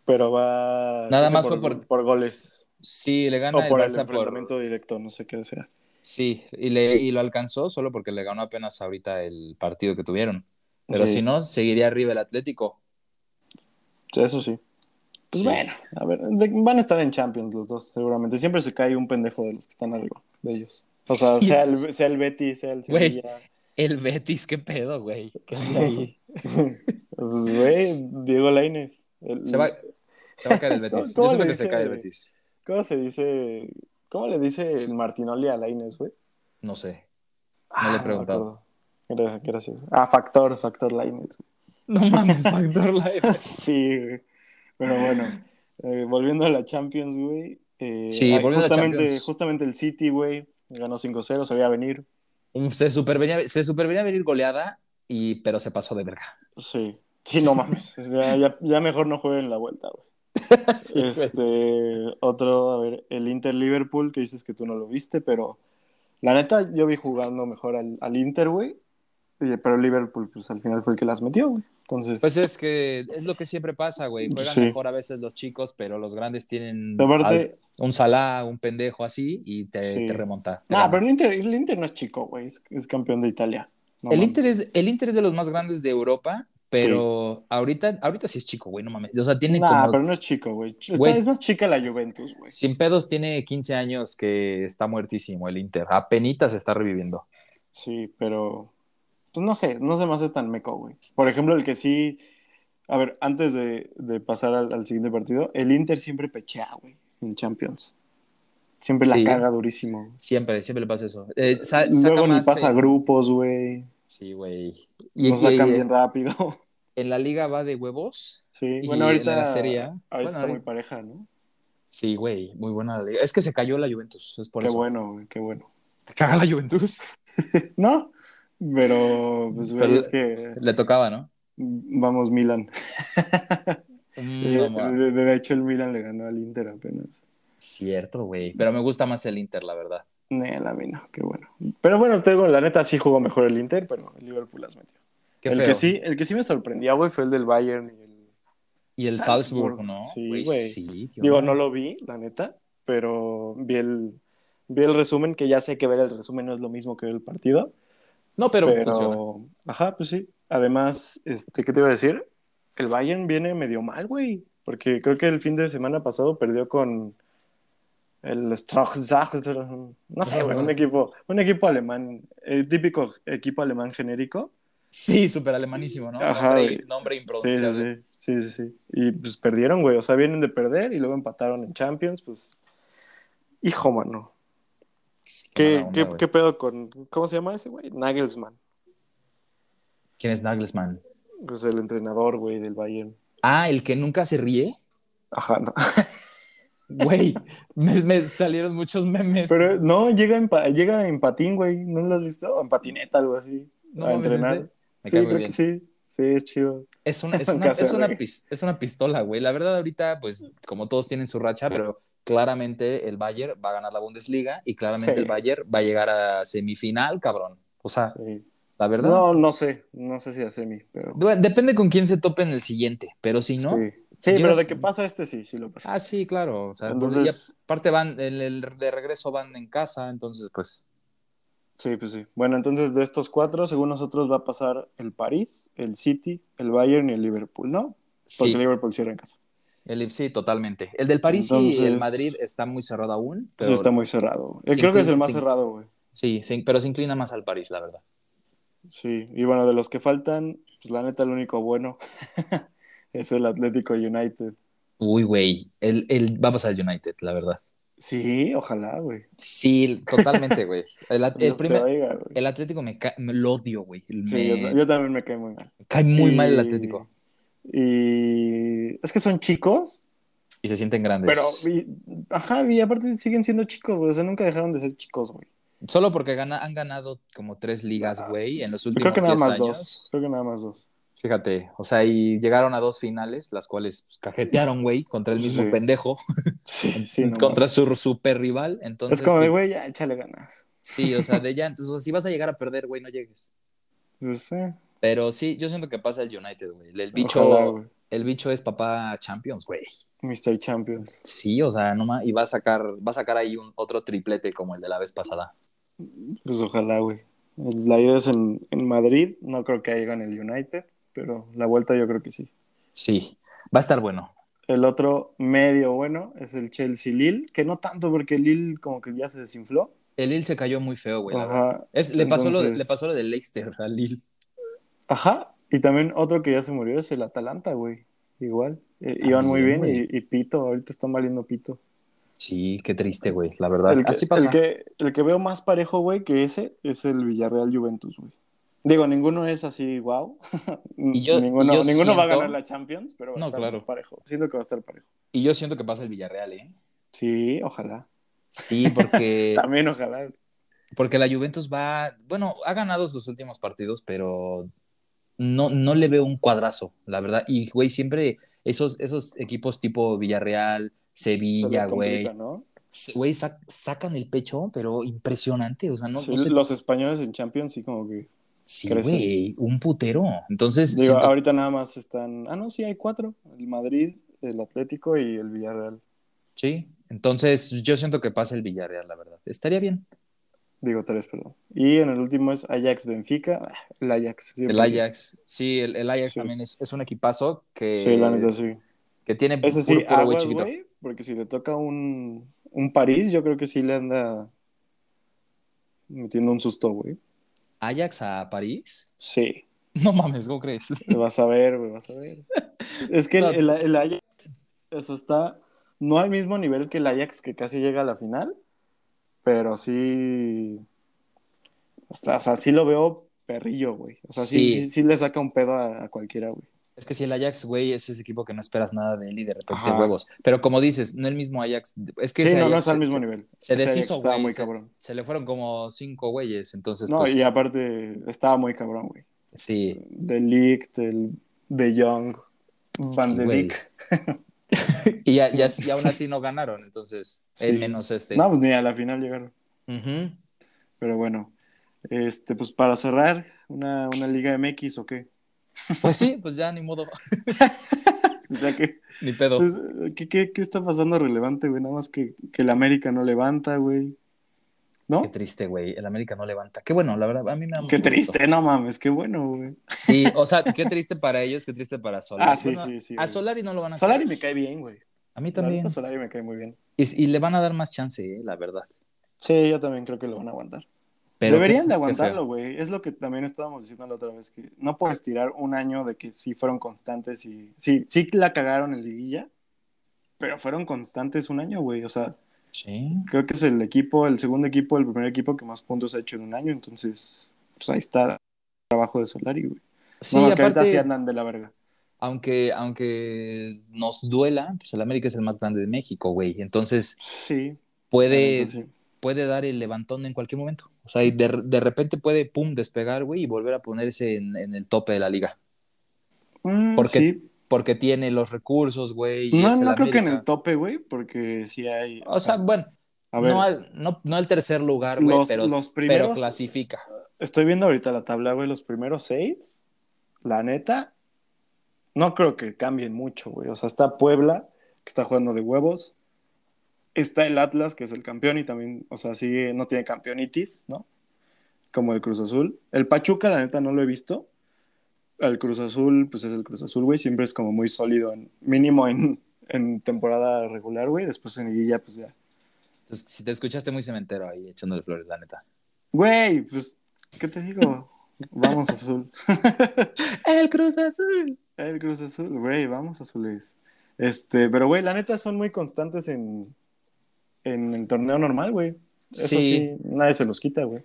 [SPEAKER 1] Pero va. creo
[SPEAKER 2] Nada
[SPEAKER 1] que
[SPEAKER 2] más fue por-
[SPEAKER 1] goles.
[SPEAKER 2] Sí, le
[SPEAKER 1] O
[SPEAKER 2] gana
[SPEAKER 1] por
[SPEAKER 2] el
[SPEAKER 1] el
[SPEAKER 2] Barça por,
[SPEAKER 1] enfrentamiento directo, no sé qué sea.
[SPEAKER 2] Sí, y, le, y lo alcanzó solo porque le ganó apenas ahorita el partido que tuvieron. Pero
[SPEAKER 1] Sí.
[SPEAKER 2] si no, seguiría arriba el Atlético.
[SPEAKER 1] Eso sí. Pues
[SPEAKER 2] Sí.
[SPEAKER 1] bueno, a ver, de- van a estar en Champions los dos, seguramente. Siempre se cae un pendejo de los que están arriba, de ellos. O sea,
[SPEAKER 2] Sí.
[SPEAKER 1] sea, el, sea el Betty, sea el
[SPEAKER 2] Güey.
[SPEAKER 1] Sevilla.
[SPEAKER 2] El Betis, qué pedo, güey.
[SPEAKER 1] Pues, güey, Diego Lainez. El-
[SPEAKER 2] Se va, se va a caer el Betis.
[SPEAKER 1] ¿Cómo
[SPEAKER 2] Yo siento
[SPEAKER 1] le
[SPEAKER 2] que se
[SPEAKER 1] dice?
[SPEAKER 2] cae el Betis.
[SPEAKER 1] ¿Cómo se dice? ¿Cómo le dice el Martinoli a Lainez, güey?
[SPEAKER 2] No sé.
[SPEAKER 1] Ah,
[SPEAKER 2] le he preguntado.
[SPEAKER 1] me acuerdo. Gra- Gracias. Ah, Factor, Factor Lainez.
[SPEAKER 2] No mames, Factor Life.
[SPEAKER 1] Sí, güey. Pero bueno, eh, volviendo a la Champions, güey. eh,
[SPEAKER 2] Sí,
[SPEAKER 1] ah,
[SPEAKER 2] volviendo a la
[SPEAKER 1] justamente,
[SPEAKER 2] Champions.
[SPEAKER 1] justamente el City, güey, ganó 5-0, se veía venir.
[SPEAKER 2] Se supervenía, se supervenía venir goleada, y, pero se pasó de verga.
[SPEAKER 1] Sí, sí, no mames. Ya, ya- ya mejor no jueguen la vuelta, güey.
[SPEAKER 2] Sí, güey.
[SPEAKER 1] Este, otro, a ver, el Inter Liverpool, que dices que tú no lo viste, pero la neta, yo vi jugando mejor al, al Inter, güey. Y- Pero Liverpool, pues al final fue el que las metió, güey. Entonces,
[SPEAKER 2] Pues es que es lo que siempre pasa, güey. Juegan
[SPEAKER 1] Sí.
[SPEAKER 2] mejor a veces los chicos, pero los grandes tienen
[SPEAKER 1] aparte,
[SPEAKER 2] al- un Salah, un pendejo así, y te,
[SPEAKER 1] Sí.
[SPEAKER 2] te remonta. te
[SPEAKER 1] nah,
[SPEAKER 2] gana.
[SPEAKER 1] pero el Inter, el Inter no es chico, güey. Es, es campeón de Italia. No
[SPEAKER 2] El
[SPEAKER 1] mames.
[SPEAKER 2] Inter, es, el Inter es de los más grandes de Europa, pero ahorita, ahorita sí es chico, güey, no mames. O sea, tiene
[SPEAKER 1] Nah,
[SPEAKER 2] como.
[SPEAKER 1] pero no es chico, güey. Está-
[SPEAKER 2] Güey.
[SPEAKER 1] Es más chica la Juventus, güey.
[SPEAKER 2] Sin pedos tiene 15 años que está muertísimo el Inter. Apenitas se está reviviendo.
[SPEAKER 1] Sí, pero. Pues no sé, no se me hace tan meco, güey. Por ejemplo, el que sí. A ver, antes de, de pasar al, al siguiente partido, el Inter siempre pechea, güey, en Champions. Siempre la
[SPEAKER 2] Sí.
[SPEAKER 1] caga durísimo.
[SPEAKER 2] Siempre, siempre le pasa eso. Eh, sa- saca
[SPEAKER 1] Luego ni
[SPEAKER 2] más,
[SPEAKER 1] pasa
[SPEAKER 2] eh,
[SPEAKER 1] grupos, güey.
[SPEAKER 2] Sí, güey. Y, eh,
[SPEAKER 1] No
[SPEAKER 2] y-
[SPEAKER 1] sacan
[SPEAKER 2] y-
[SPEAKER 1] bien rápido.
[SPEAKER 2] en la liga va de huevos.
[SPEAKER 1] Sí,
[SPEAKER 2] Y
[SPEAKER 1] bueno,
[SPEAKER 2] en
[SPEAKER 1] ahorita.
[SPEAKER 2] la Serie A,
[SPEAKER 1] ahorita
[SPEAKER 2] bueno,
[SPEAKER 1] está
[SPEAKER 2] ahorita-
[SPEAKER 1] muy pareja, ¿no?
[SPEAKER 2] Sí, güey, muy buena la liga. Es que se cayó la Juventus, es por
[SPEAKER 1] qué
[SPEAKER 2] eso.
[SPEAKER 1] bueno, güey, qué bueno.
[SPEAKER 2] ¿Te caga la Juventus?
[SPEAKER 1] ¿No? Pero, pues, güey,
[SPEAKER 2] Pero-
[SPEAKER 1] es que.
[SPEAKER 2] Le tocaba, ¿no?
[SPEAKER 1] Vamos, Milan.
[SPEAKER 2] Mm, No, ma.
[SPEAKER 1] de, de hecho, el Milan le ganó al Inter apenas.
[SPEAKER 2] Cierto, güey. Pero me gusta más el Inter, la verdad.
[SPEAKER 1] Nee, la mina, qué bueno. Pero bueno, te digo, la neta sí jugó mejor el Inter, pero el Liverpool las metió.
[SPEAKER 2] Qué
[SPEAKER 1] el,
[SPEAKER 2] feo.
[SPEAKER 1] que sí, el que sí me sorprendía, güey, fue el del Bayern. y el-
[SPEAKER 2] Y el Salzburg,
[SPEAKER 1] Salzburg,
[SPEAKER 2] ¿no?
[SPEAKER 1] sí,
[SPEAKER 2] Güey,
[SPEAKER 1] güey.
[SPEAKER 2] sí, qué
[SPEAKER 1] Digo,
[SPEAKER 2] onda.
[SPEAKER 1] no lo vi, la neta, pero vi el, vi el resumen, que ya sé que ver el resumen no es lo mismo que ver el partido.
[SPEAKER 2] No, pero,
[SPEAKER 1] Pero,
[SPEAKER 2] funciona.
[SPEAKER 1] ajá, pues sí. Además, este, ¿qué te iba a decir? El Bayern viene medio mal, güey. Porque creo que el fin de semana pasado perdió con el Strasbourg. No sé, güey, un equipo, un equipo alemán, el típico equipo alemán genérico.
[SPEAKER 2] Sí, súper alemanísimo, ¿no?
[SPEAKER 1] Ajá,
[SPEAKER 2] nombre,
[SPEAKER 1] güey.
[SPEAKER 2] nombre
[SPEAKER 1] Sí, sí,
[SPEAKER 2] impronunciable.
[SPEAKER 1] sí, sí, sí, sí. Y pues perdieron, güey. O sea, vienen de perder y luego empataron en Champions, pues. Hijo, mano.
[SPEAKER 2] Sí,
[SPEAKER 1] ¿Qué,
[SPEAKER 2] mala onda,
[SPEAKER 1] qué-
[SPEAKER 2] güey.
[SPEAKER 1] qué pedo con. ¿Cómo se llama ese, güey? Nagelsmann.
[SPEAKER 2] ¿Quién es Nagelsmann?
[SPEAKER 1] Pues el entrenador, güey, del Bayern.
[SPEAKER 2] Ah, el que nunca se ríe.
[SPEAKER 1] Ajá, no.
[SPEAKER 2] Güey, me, me salieron muchos memes.
[SPEAKER 1] Pero no, llega en, pa- llega en patín, güey. ¿No lo has visto? O En patineta, algo así.
[SPEAKER 2] No
[SPEAKER 1] a
[SPEAKER 2] mames, ¿en
[SPEAKER 1] entrenar.
[SPEAKER 2] serio? Me
[SPEAKER 1] sí,
[SPEAKER 2] cae muy
[SPEAKER 1] creo
[SPEAKER 2] bien.
[SPEAKER 1] que sí. Sí, es chido.
[SPEAKER 2] Es una, es,
[SPEAKER 1] Nunca
[SPEAKER 2] una,
[SPEAKER 1] se
[SPEAKER 2] es, una
[SPEAKER 1] ríe.
[SPEAKER 2] pis- es una pistola, güey. La verdad, ahorita, pues, como todos tienen su racha, pero claramente el Bayern va a ganar la Bundesliga y claramente
[SPEAKER 1] Sí.
[SPEAKER 2] el Bayern va a llegar a semifinal, cabrón. O sea,
[SPEAKER 1] Sí.
[SPEAKER 2] la verdad.
[SPEAKER 1] No, no sé. No sé si a semi, pero.
[SPEAKER 2] Bueno, depende con quién se tope en el siguiente, pero si no.
[SPEAKER 1] Sí, Sí,
[SPEAKER 2] Yo
[SPEAKER 1] pero
[SPEAKER 2] sí.
[SPEAKER 1] de que pasa este sí, sí lo pasa.
[SPEAKER 2] Ah, sí, claro. O sea, por-
[SPEAKER 1] Entonces-
[SPEAKER 2] y aparte van, el, el de regreso van en casa, entonces, pues.
[SPEAKER 1] Sí, pues sí. Bueno, entonces de estos cuatro, según nosotros, va a pasar el París, el City, el Bayern y el Liverpool, ¿no? Porque
[SPEAKER 2] Sí,
[SPEAKER 1] el Liverpool cierra en casa.
[SPEAKER 2] el, sí, totalmente. El del París y el
[SPEAKER 1] Entonces-
[SPEAKER 2] Madrid está muy cerrado aún, pero
[SPEAKER 1] Eso está muy cerrado. güey.
[SPEAKER 2] Sí,
[SPEAKER 1] Creo que es el
[SPEAKER 2] sí,
[SPEAKER 1] más
[SPEAKER 2] sí.
[SPEAKER 1] cerrado, güey.
[SPEAKER 2] sí, sí, pero se inclina más al París, la verdad.
[SPEAKER 1] Sí, y bueno, de los que faltan, pues la neta, el único bueno es el Atlético United.
[SPEAKER 2] Uy, güey, el, el, va a pasar el United, la verdad.
[SPEAKER 1] Sí, ojalá, güey.
[SPEAKER 2] Sí, totalmente, güey. El, at- el
[SPEAKER 1] Dios te
[SPEAKER 2] primer-
[SPEAKER 1] oiga, güey.
[SPEAKER 2] el Atlético me, ca- me lo odio, güey. El-
[SPEAKER 1] Sí,
[SPEAKER 2] me-
[SPEAKER 1] yo, yo también me cae muy mal.
[SPEAKER 2] cae muy
[SPEAKER 1] Y-
[SPEAKER 2] mal el Atlético
[SPEAKER 1] Y es que son chicos,
[SPEAKER 2] y se sienten grandes.
[SPEAKER 1] pero, y- ajá, y aparte siguen siendo chicos, güey. O sea, nunca dejaron de ser chicos, güey.
[SPEAKER 2] Solo porque gana, han ganado como tres ligas, güey, en los
[SPEAKER 1] Yo creo
[SPEAKER 2] últimos
[SPEAKER 1] que nada
[SPEAKER 2] 10
[SPEAKER 1] más
[SPEAKER 2] años.
[SPEAKER 1] dos. Creo que nada más dos.
[SPEAKER 2] Fíjate, o sea, y llegaron a dos finales, las cuales pues, cajetearon, güey, contra el mismo
[SPEAKER 1] Sí.
[SPEAKER 2] pendejo,
[SPEAKER 1] Sí, sí, no
[SPEAKER 2] contra
[SPEAKER 1] mames.
[SPEAKER 2] su super rival. Entonces,
[SPEAKER 1] Es como de,
[SPEAKER 2] pues,
[SPEAKER 1] güey, ya échale ganas.
[SPEAKER 2] sí, o sea, de ya, entonces si vas a llegar a perder, güey, no llegues.
[SPEAKER 1] Pues, eh,
[SPEAKER 2] Pero sí, yo siento que pasa el United, güey. El bicho,
[SPEAKER 1] ojalá, güey.
[SPEAKER 2] el bicho es papá Champions, güey.
[SPEAKER 1] Mr. Champions.
[SPEAKER 2] Sí, o sea, no ma- y va a sacar, va a sacar ahí un otro triplete como el de la vez pasada.
[SPEAKER 1] Pues ojalá, güey. La ida es en, en Madrid. No creo que haya en el United, pero la vuelta yo creo que sí.
[SPEAKER 2] Sí, va a estar bueno.
[SPEAKER 1] El otro medio bueno es el Chelsea Lille, que no tanto porque Lille como que ya se desinfló.
[SPEAKER 2] El Lille se cayó muy feo, güey. la verdad.
[SPEAKER 1] Ajá.
[SPEAKER 2] Es, le, pasó lo,
[SPEAKER 1] Entonces-
[SPEAKER 2] le pasó lo del Leicester al Lille.
[SPEAKER 1] Ajá. Y también otro que ya se murió es el Atalanta, güey. Igual. Eh, iban muy
[SPEAKER 2] También,
[SPEAKER 1] bien y, y Pito, ahorita están valiendo Pito.
[SPEAKER 2] Sí, qué triste, güey, la verdad.
[SPEAKER 1] El que,
[SPEAKER 2] Así pasa.
[SPEAKER 1] El que, el que veo más parejo, güey, que ese es el Villarreal Juventus, güey. Digo, ninguno es así, wow.
[SPEAKER 2] yo-
[SPEAKER 1] ninguno
[SPEAKER 2] y yo
[SPEAKER 1] ninguno va a
[SPEAKER 2] siento-
[SPEAKER 1] ganar la Champions, pero va a
[SPEAKER 2] No,
[SPEAKER 1] estar
[SPEAKER 2] claro.
[SPEAKER 1] más parejo. Siento que va a estar parejo.
[SPEAKER 2] Y yo siento que pasa el Villarreal, ¿eh?
[SPEAKER 1] Sí, ojalá.
[SPEAKER 2] Sí, porque,
[SPEAKER 1] También ojalá.
[SPEAKER 2] porque la Juventus va, bueno, ha ganado sus últimos partidos, pero no, no le veo un cuadrazo, la verdad. Y, güey, siempre esos, esos equipos tipo Villarreal,
[SPEAKER 1] Se
[SPEAKER 2] Sevilla,
[SPEAKER 1] les
[SPEAKER 2] güey,
[SPEAKER 1] complica, ¿no?
[SPEAKER 2] s- güey, sac- sacan el pecho, pero impresionante, o sea, no,
[SPEAKER 1] Sí,
[SPEAKER 2] no sé-
[SPEAKER 1] Los españoles en Champions sí como que...
[SPEAKER 2] sí,
[SPEAKER 1] crecen.
[SPEAKER 2] güey, un putero. Entonces,
[SPEAKER 1] Digo,
[SPEAKER 2] siento-
[SPEAKER 1] ahorita nada más están... Ah, no, sí, hay cuatro. El Madrid, el Atlético y el Villarreal.
[SPEAKER 2] sí, entonces yo siento que pasa el Villarreal, la verdad. Estaría bien.
[SPEAKER 1] Digo, tres, perdón. Y en el último es Ajax-Benfica. Ah, El Ajax.
[SPEAKER 2] El
[SPEAKER 1] 100%.
[SPEAKER 2] Ajax, sí, el, el Ajax
[SPEAKER 1] Sí.
[SPEAKER 2] también es, es un equipazo que,
[SPEAKER 1] Sí, la neta, sí.
[SPEAKER 2] que tiene
[SPEAKER 1] Eso sí,
[SPEAKER 2] eh, puro- puro güey
[SPEAKER 1] aguas,
[SPEAKER 2] chiquito.
[SPEAKER 1] güey, porque si le toca un, un París, yo creo que sí le anda metiendo un susto, güey.
[SPEAKER 2] Ajax a París?
[SPEAKER 1] Sí,
[SPEAKER 2] No mames, ¿cómo crees?
[SPEAKER 1] vas a ver, güey, vas a ver. es que el, el- el Ajax o sea, está no al mismo nivel que el Ajax que casi llega a la final, pero sí, o sea, o sea, sí lo veo perrillo, güey. O sea, sí,
[SPEAKER 2] Sí.
[SPEAKER 1] sí, sí le saca un pedo a, a cualquiera, güey.
[SPEAKER 2] Es que si el Ajax, güey, es ese equipo que no esperas nada de él y de repente
[SPEAKER 1] Ajá.
[SPEAKER 2] huevos. Pero como dices, no el mismo Ajax. Es que
[SPEAKER 1] Sí,
[SPEAKER 2] ese
[SPEAKER 1] no, no
[SPEAKER 2] Ajax
[SPEAKER 1] está al
[SPEAKER 2] se-
[SPEAKER 1] mismo
[SPEAKER 2] se,
[SPEAKER 1] nivel.
[SPEAKER 2] se
[SPEAKER 1] Ese Ajax
[SPEAKER 2] deshizo,
[SPEAKER 1] estaba
[SPEAKER 2] güey.
[SPEAKER 1] muy
[SPEAKER 2] se,
[SPEAKER 1] cabrón.
[SPEAKER 2] se le fueron como cinco güeyes, entonces
[SPEAKER 1] No,
[SPEAKER 2] pues,
[SPEAKER 1] y aparte estaba muy cabrón, güey.
[SPEAKER 2] sí.
[SPEAKER 1] del Ligt, el De Young, Van
[SPEAKER 2] Sí,
[SPEAKER 1] de
[SPEAKER 2] güey.
[SPEAKER 1] Beek.
[SPEAKER 2] Y, ya, ya- y aún así no ganaron, entonces,
[SPEAKER 1] Sí.
[SPEAKER 2] el menos este.
[SPEAKER 1] No, pues ni a la final llegaron.
[SPEAKER 2] Ujú.
[SPEAKER 1] Pero bueno, este, pues para cerrar, una, una Liga MX o qué.
[SPEAKER 2] Pues sí, pues ya ni modo,
[SPEAKER 1] O sea que,
[SPEAKER 2] ni pedo.
[SPEAKER 1] pues, ¿qué, qué, qué está pasando relevante, güey? Nada más que, que el América no levanta, güey. ¿No?
[SPEAKER 2] Qué triste, güey. El América no levanta. Qué bueno, la verdad, a mí me da mucho
[SPEAKER 1] Qué
[SPEAKER 2] gusto.
[SPEAKER 1] triste, no mames, qué bueno, güey.
[SPEAKER 2] Sí, o sea, qué triste para ellos, qué triste para Solari.
[SPEAKER 1] Ah, sí,
[SPEAKER 2] Bueno,
[SPEAKER 1] sí, sí,
[SPEAKER 2] A
[SPEAKER 1] güey.
[SPEAKER 2] Solari no lo van a
[SPEAKER 1] Solari me cae bien, güey.
[SPEAKER 2] A mí
[SPEAKER 1] La
[SPEAKER 2] también.
[SPEAKER 1] neta, Solari me cae muy bien.
[SPEAKER 2] Y, y le van a dar más chance, eh, la verdad.
[SPEAKER 1] Sí, yo también creo que lo van a aguantar.
[SPEAKER 2] Pero
[SPEAKER 1] Deberían de
[SPEAKER 2] qué- qué feo.
[SPEAKER 1] aguantarlo, güey. Es lo que también estábamos diciendo la otra vez, que no puedes tirar un año de que sí fueron constantes y sí, sí la cagaron en liguilla, pero fueron constantes un año, güey. O sea,
[SPEAKER 2] Sí.
[SPEAKER 1] creo que es el equipo, el segundo equipo, el primer equipo que más puntos ha hecho en un año, entonces, pues ahí está el trabajo de Solari, güey.
[SPEAKER 2] Sí,
[SPEAKER 1] no más que ahorita sí
[SPEAKER 2] aparte,
[SPEAKER 1] andan de la verga.
[SPEAKER 2] aunque, aunque nos duela, pues el América es el más grande de México, güey. Entonces
[SPEAKER 1] Sí.
[SPEAKER 2] puede,
[SPEAKER 1] entonces, sí.
[SPEAKER 2] puede dar el levantón en cualquier momento. O sea, y de, de repente puede, pum, despegar, güey, y volver a ponerse en, en el tope de la liga.
[SPEAKER 1] Mm,
[SPEAKER 2] Porque-
[SPEAKER 1] sí.
[SPEAKER 2] Porque tiene los recursos, güey. y
[SPEAKER 1] No,
[SPEAKER 2] es el
[SPEAKER 1] no creo que en
[SPEAKER 2] América.
[SPEAKER 1] el tope, güey, porque sí hay...
[SPEAKER 2] O sea, bueno,
[SPEAKER 1] a ver,
[SPEAKER 2] no, al, no, no al tercer lugar, güey,
[SPEAKER 1] los,
[SPEAKER 2] pero,
[SPEAKER 1] los
[SPEAKER 2] pero
[SPEAKER 1] primeros...
[SPEAKER 2] clasifica.
[SPEAKER 1] Estoy viendo ahorita la tabla, güey, los primeros seis. La neta, no creo que cambien mucho, güey. O sea, está Puebla, que está jugando de huevos. Está el Atlas, que es el campeón y también, o sea, sigue, no tiene campeonitis, ¿no? Como el Cruz Azul. El Pachuca, la neta, no lo he visto. El Cruz Azul, pues es el Cruz Azul, güey. Siempre es como muy sólido, en- mínimo en, en temporada regular, güey. Después en liguilla, pues ya.
[SPEAKER 2] Entonces, si te escuchaste muy cementero ahí echándole flores, la neta.
[SPEAKER 1] Güey, pues, ¿qué te digo? Vamos, Azul.
[SPEAKER 2] El Cruz Azul.
[SPEAKER 1] El Cruz Azul, güey, vamos azules. Este, pero güey, la neta son muy constantes en, en el torneo normal, güey. Eso sí.
[SPEAKER 2] Sí.
[SPEAKER 1] nadie se los quita, güey.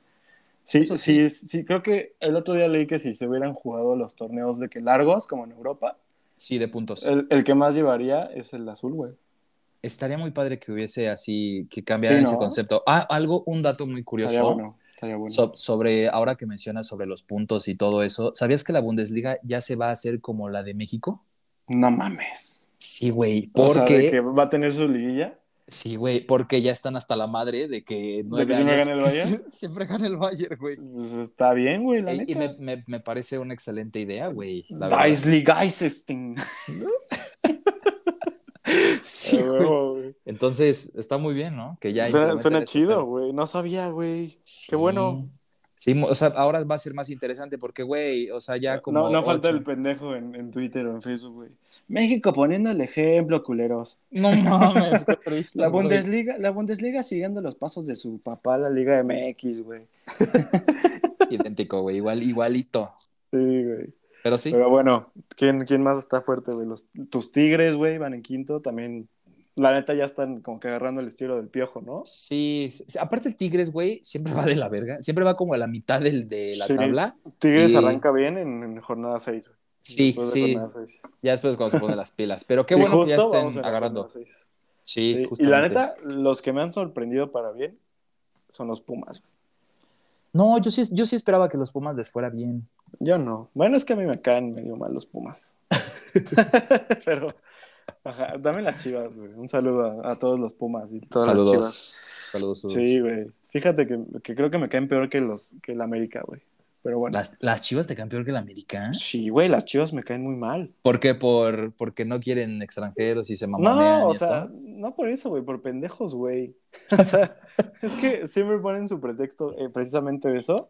[SPEAKER 1] Sí,
[SPEAKER 2] Eso
[SPEAKER 1] sí,
[SPEAKER 2] sí.
[SPEAKER 1] sí, creo que el otro día leí que si se hubieran jugado los torneos de que largos, como en Europa,
[SPEAKER 2] Sí, de puntos.
[SPEAKER 1] el, el que más llevaría es el azul, güey.
[SPEAKER 2] Estaría muy padre que hubiese así, que cambiaran
[SPEAKER 1] Sí,
[SPEAKER 2] ese
[SPEAKER 1] ¿no?
[SPEAKER 2] concepto. Ah, algo, un dato muy
[SPEAKER 1] Estaría
[SPEAKER 2] curioso
[SPEAKER 1] bueno, estaría bueno.
[SPEAKER 2] so- sobre, ahora que mencionas sobre los puntos y todo eso, ¿sabías que la Bundesliga ya se va a hacer como la de México?
[SPEAKER 1] No mames.
[SPEAKER 2] Sí, güey,
[SPEAKER 1] O sea, de
[SPEAKER 2] porque,
[SPEAKER 1] que va a tener su liguilla.
[SPEAKER 2] sí, güey, porque ya están hasta la madre de que nueve
[SPEAKER 1] siempre
[SPEAKER 2] años-
[SPEAKER 1] gana el Bayern?
[SPEAKER 2] siempre gana el Bayern, güey.
[SPEAKER 1] Pues está bien, güey, la
[SPEAKER 2] Y, y
[SPEAKER 1] neta.
[SPEAKER 2] me, me- me parece una excelente idea, güey. la verdad.
[SPEAKER 1] Dicely Geisesting.
[SPEAKER 2] Sí,
[SPEAKER 1] A
[SPEAKER 2] güey.
[SPEAKER 1] huevo, Eh, güey.
[SPEAKER 2] Entonces, está muy bien, ¿no? Que ya
[SPEAKER 1] suena
[SPEAKER 2] implementen
[SPEAKER 1] suena
[SPEAKER 2] ese
[SPEAKER 1] chido,
[SPEAKER 2] pedo.
[SPEAKER 1] güey. No sabía, güey.
[SPEAKER 2] Sí.
[SPEAKER 1] Qué bueno.
[SPEAKER 2] Sí, mo- o sea, ahora va a ser más interesante porque, güey, o sea, ya como.
[SPEAKER 1] no no falta
[SPEAKER 2] ocho-
[SPEAKER 1] el pendejo en, en Twitter o en Facebook, güey. México poniendo el ejemplo, culeros.
[SPEAKER 2] No mames, qué triste,
[SPEAKER 1] La
[SPEAKER 2] güey.
[SPEAKER 1] Bundesliga, la Bundesliga siguiendo los pasos de su papá, la Liga MX, güey.
[SPEAKER 2] Idéntico, güey, igual, igualito.
[SPEAKER 1] Sí, güey.
[SPEAKER 2] Pero sí,
[SPEAKER 1] Pero bueno, ¿quién, quién más está fuerte, güey? Los, tus Tigres, güey, van en quinto. También, la neta, ya están como que agarrando el estilo del piojo, ¿no?
[SPEAKER 2] sí. sí. Aparte, el Tigres, güey, siempre va de la verga. Siempre va como a la mitad del, de la
[SPEAKER 1] Sí.
[SPEAKER 2] tabla.
[SPEAKER 1] Tigres
[SPEAKER 2] Y-
[SPEAKER 1] arranca bien en, en jornada 6, güey.
[SPEAKER 2] Sí,
[SPEAKER 1] Después de
[SPEAKER 2] sí.
[SPEAKER 1] jornada seis.
[SPEAKER 2] Ya después cuando se ponen las pilas. Pero qué
[SPEAKER 1] Y
[SPEAKER 2] bueno que ya
[SPEAKER 1] justo vamos en
[SPEAKER 2] estén
[SPEAKER 1] la
[SPEAKER 2] agarrando.
[SPEAKER 1] jornada seis.
[SPEAKER 2] Sí,
[SPEAKER 1] Sí, Y la
[SPEAKER 2] justamente.
[SPEAKER 1] neta, los que me han sorprendido para bien son los Pumas.
[SPEAKER 2] No, yo sí, yo sí esperaba que los Pumas les fuera bien.
[SPEAKER 1] Yo no. Bueno, es que a mí me caen medio mal los Pumas. Pero, ajá, dame las chivas, güey. Un saludo a, a todos los Pumas y todas las chivas.
[SPEAKER 2] Saludos. Saludos. saludos.
[SPEAKER 1] Sí, güey. Fíjate que, que creo que me caen peor que los que el América, güey. Pero bueno.
[SPEAKER 2] Las, las chivas de campeón que la América.
[SPEAKER 1] Sí, güey, las chivas me caen muy mal.
[SPEAKER 2] ¿Por qué? Por, porque no quieren extranjeros y se mamonean
[SPEAKER 1] No, o
[SPEAKER 2] y eso.
[SPEAKER 1] sea, no por eso, güey, por pendejos, güey. O sea, es que siempre ponen su pretexto eh, precisamente de eso.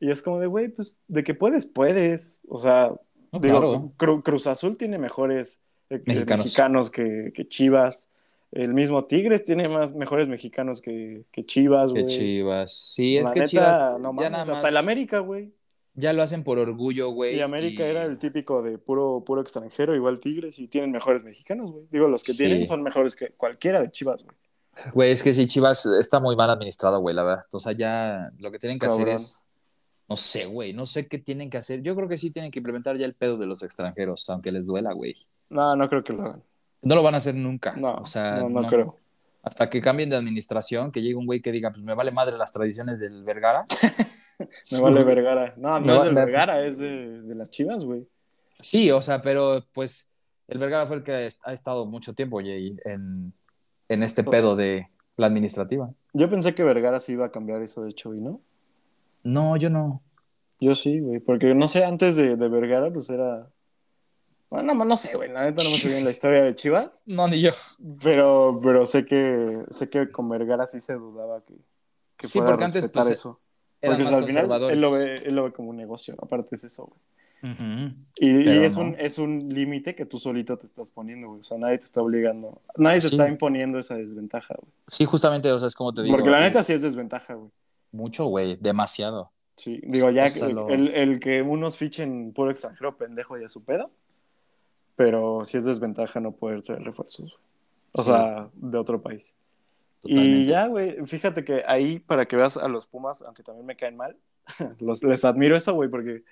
[SPEAKER 1] Y es como de, güey, pues, de que puedes, puedes. O sea,
[SPEAKER 2] No,
[SPEAKER 1] Digo,
[SPEAKER 2] claro.
[SPEAKER 1] Cru- Cruz Azul tiene mejores eh, eh,
[SPEAKER 2] Mexicanos.
[SPEAKER 1] mexicanos, que, que Chivas. El mismo Tigres tiene más mejores mexicanos que, que Chivas,
[SPEAKER 2] Que
[SPEAKER 1] pues, güey.
[SPEAKER 2] Chivas. Sí,
[SPEAKER 1] La
[SPEAKER 2] es que
[SPEAKER 1] neta,
[SPEAKER 2] Chivas
[SPEAKER 1] no
[SPEAKER 2] ya
[SPEAKER 1] mames,
[SPEAKER 2] nada más
[SPEAKER 1] hasta el América, güey.
[SPEAKER 2] ya lo hacen por orgullo, güey.
[SPEAKER 1] Y América
[SPEAKER 2] y-
[SPEAKER 1] era el típico de puro, puro extranjero, igual Tigres, y tienen mejores mexicanos, güey. Digo, los que
[SPEAKER 2] Sí.
[SPEAKER 1] tienen son mejores que cualquiera de Chivas, güey.
[SPEAKER 2] Güey, es que sí, Chivas está muy mal administrada, güey, la verdad. O sea, ya lo que tienen que hacer
[SPEAKER 1] Cabrón.
[SPEAKER 2] es... No sé, güey, no sé qué tienen que hacer. Yo creo que sí tienen que implementar ya el pedo de los extranjeros, aunque les duela, güey.
[SPEAKER 1] No, no creo que lo hagan.
[SPEAKER 2] No lo van a hacer nunca.
[SPEAKER 1] No,
[SPEAKER 2] o sea,
[SPEAKER 1] no, no creo.
[SPEAKER 2] Hasta que cambien de administración, que llegue un güey que diga, pues me vale madre las tradiciones del Vergara.
[SPEAKER 1] Me vale Vergara. No, no,
[SPEAKER 2] Me
[SPEAKER 1] es
[SPEAKER 2] va-
[SPEAKER 1] del
[SPEAKER 2] me-
[SPEAKER 1] Vergara, es de, de las Chivas, güey.
[SPEAKER 2] Sí, o sea, pero pues el Vergara fue el que ha estado mucho tiempo, Jay, en, en este pedo de la administrativa.
[SPEAKER 1] Yo pensé que Vergara sí iba a cambiar eso de Chovy, ¿no?
[SPEAKER 2] No, yo no.
[SPEAKER 1] Yo sí, güey, porque no sé, antes de, de Vergara, pues era. Bueno, no, no sé, güey, la neta no me sé bien la historia de Chivas,
[SPEAKER 2] No, ni yo.
[SPEAKER 1] pero, pero sé que sé que con Vergara sí se dudaba que, que
[SPEAKER 2] Sí,
[SPEAKER 1] fuera
[SPEAKER 2] porque
[SPEAKER 1] a
[SPEAKER 2] antes,
[SPEAKER 1] respetar
[SPEAKER 2] pues,
[SPEAKER 1] eso.
[SPEAKER 2] Eran
[SPEAKER 1] Porque
[SPEAKER 2] más
[SPEAKER 1] pues, al final
[SPEAKER 2] conservadores.
[SPEAKER 1] él lo, ve, él lo ve como un negocio, aparte es eso, güey.
[SPEAKER 2] Ujú.
[SPEAKER 1] Y, y
[SPEAKER 2] Pero
[SPEAKER 1] es,
[SPEAKER 2] no.
[SPEAKER 1] un, es un límite que tú solito te estás poniendo, güey. O sea, nadie te está obligando, nadie te
[SPEAKER 2] Sí.
[SPEAKER 1] está imponiendo esa desventaja, güey.
[SPEAKER 2] Sí, justamente, o sea, es como te digo.
[SPEAKER 1] Porque la
[SPEAKER 2] eh,
[SPEAKER 1] neta sí es desventaja, güey.
[SPEAKER 2] Mucho, güey, demasiado.
[SPEAKER 1] Sí, digo, ya
[SPEAKER 2] O sea, lo-
[SPEAKER 1] el, el que unos fichen puro extranjero pendejo ya es su pedo, pero sí es desventaja no poder traer refuerzos, güey. o
[SPEAKER 2] Sí.
[SPEAKER 1] sea, de otro país.
[SPEAKER 2] Totalmente.
[SPEAKER 1] Y ya, güey, fíjate que ahí, para que veas a los Pumas, aunque también me caen mal, los, les admiro eso, güey, porque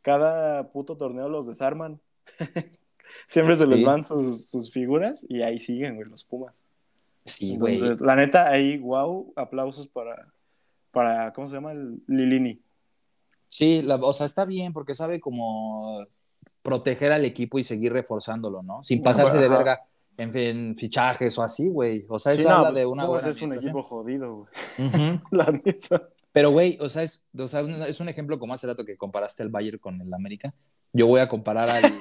[SPEAKER 1] cada puto torneo los desarman. Siempre se les
[SPEAKER 2] Sí.
[SPEAKER 1] van sus, sus figuras y ahí siguen, güey, los Pumas.
[SPEAKER 2] Sí, güey.
[SPEAKER 1] Entonces, la neta, ahí, wow, aplausos para, para, ¿cómo se llama? El Lilini.
[SPEAKER 2] Sí, la- o sea, está bien porque sabe como proteger al equipo y seguir reforzándolo, ¿no? Sin pasarse de
[SPEAKER 1] Ajá.
[SPEAKER 2] verga en, en fichajes o así, güey. O sea,
[SPEAKER 1] Sí,
[SPEAKER 2] eso
[SPEAKER 1] no,
[SPEAKER 2] habla
[SPEAKER 1] pues,
[SPEAKER 2] de una
[SPEAKER 1] Pumas
[SPEAKER 2] buena eh?
[SPEAKER 1] es un equipo jodido, güey.
[SPEAKER 2] administración. Ujú.
[SPEAKER 1] La neta.
[SPEAKER 2] Pero, güey, o sea, es, o sea, un- es un ejemplo como hace rato que comparaste el Bayern con el América. Yo voy a comparar al,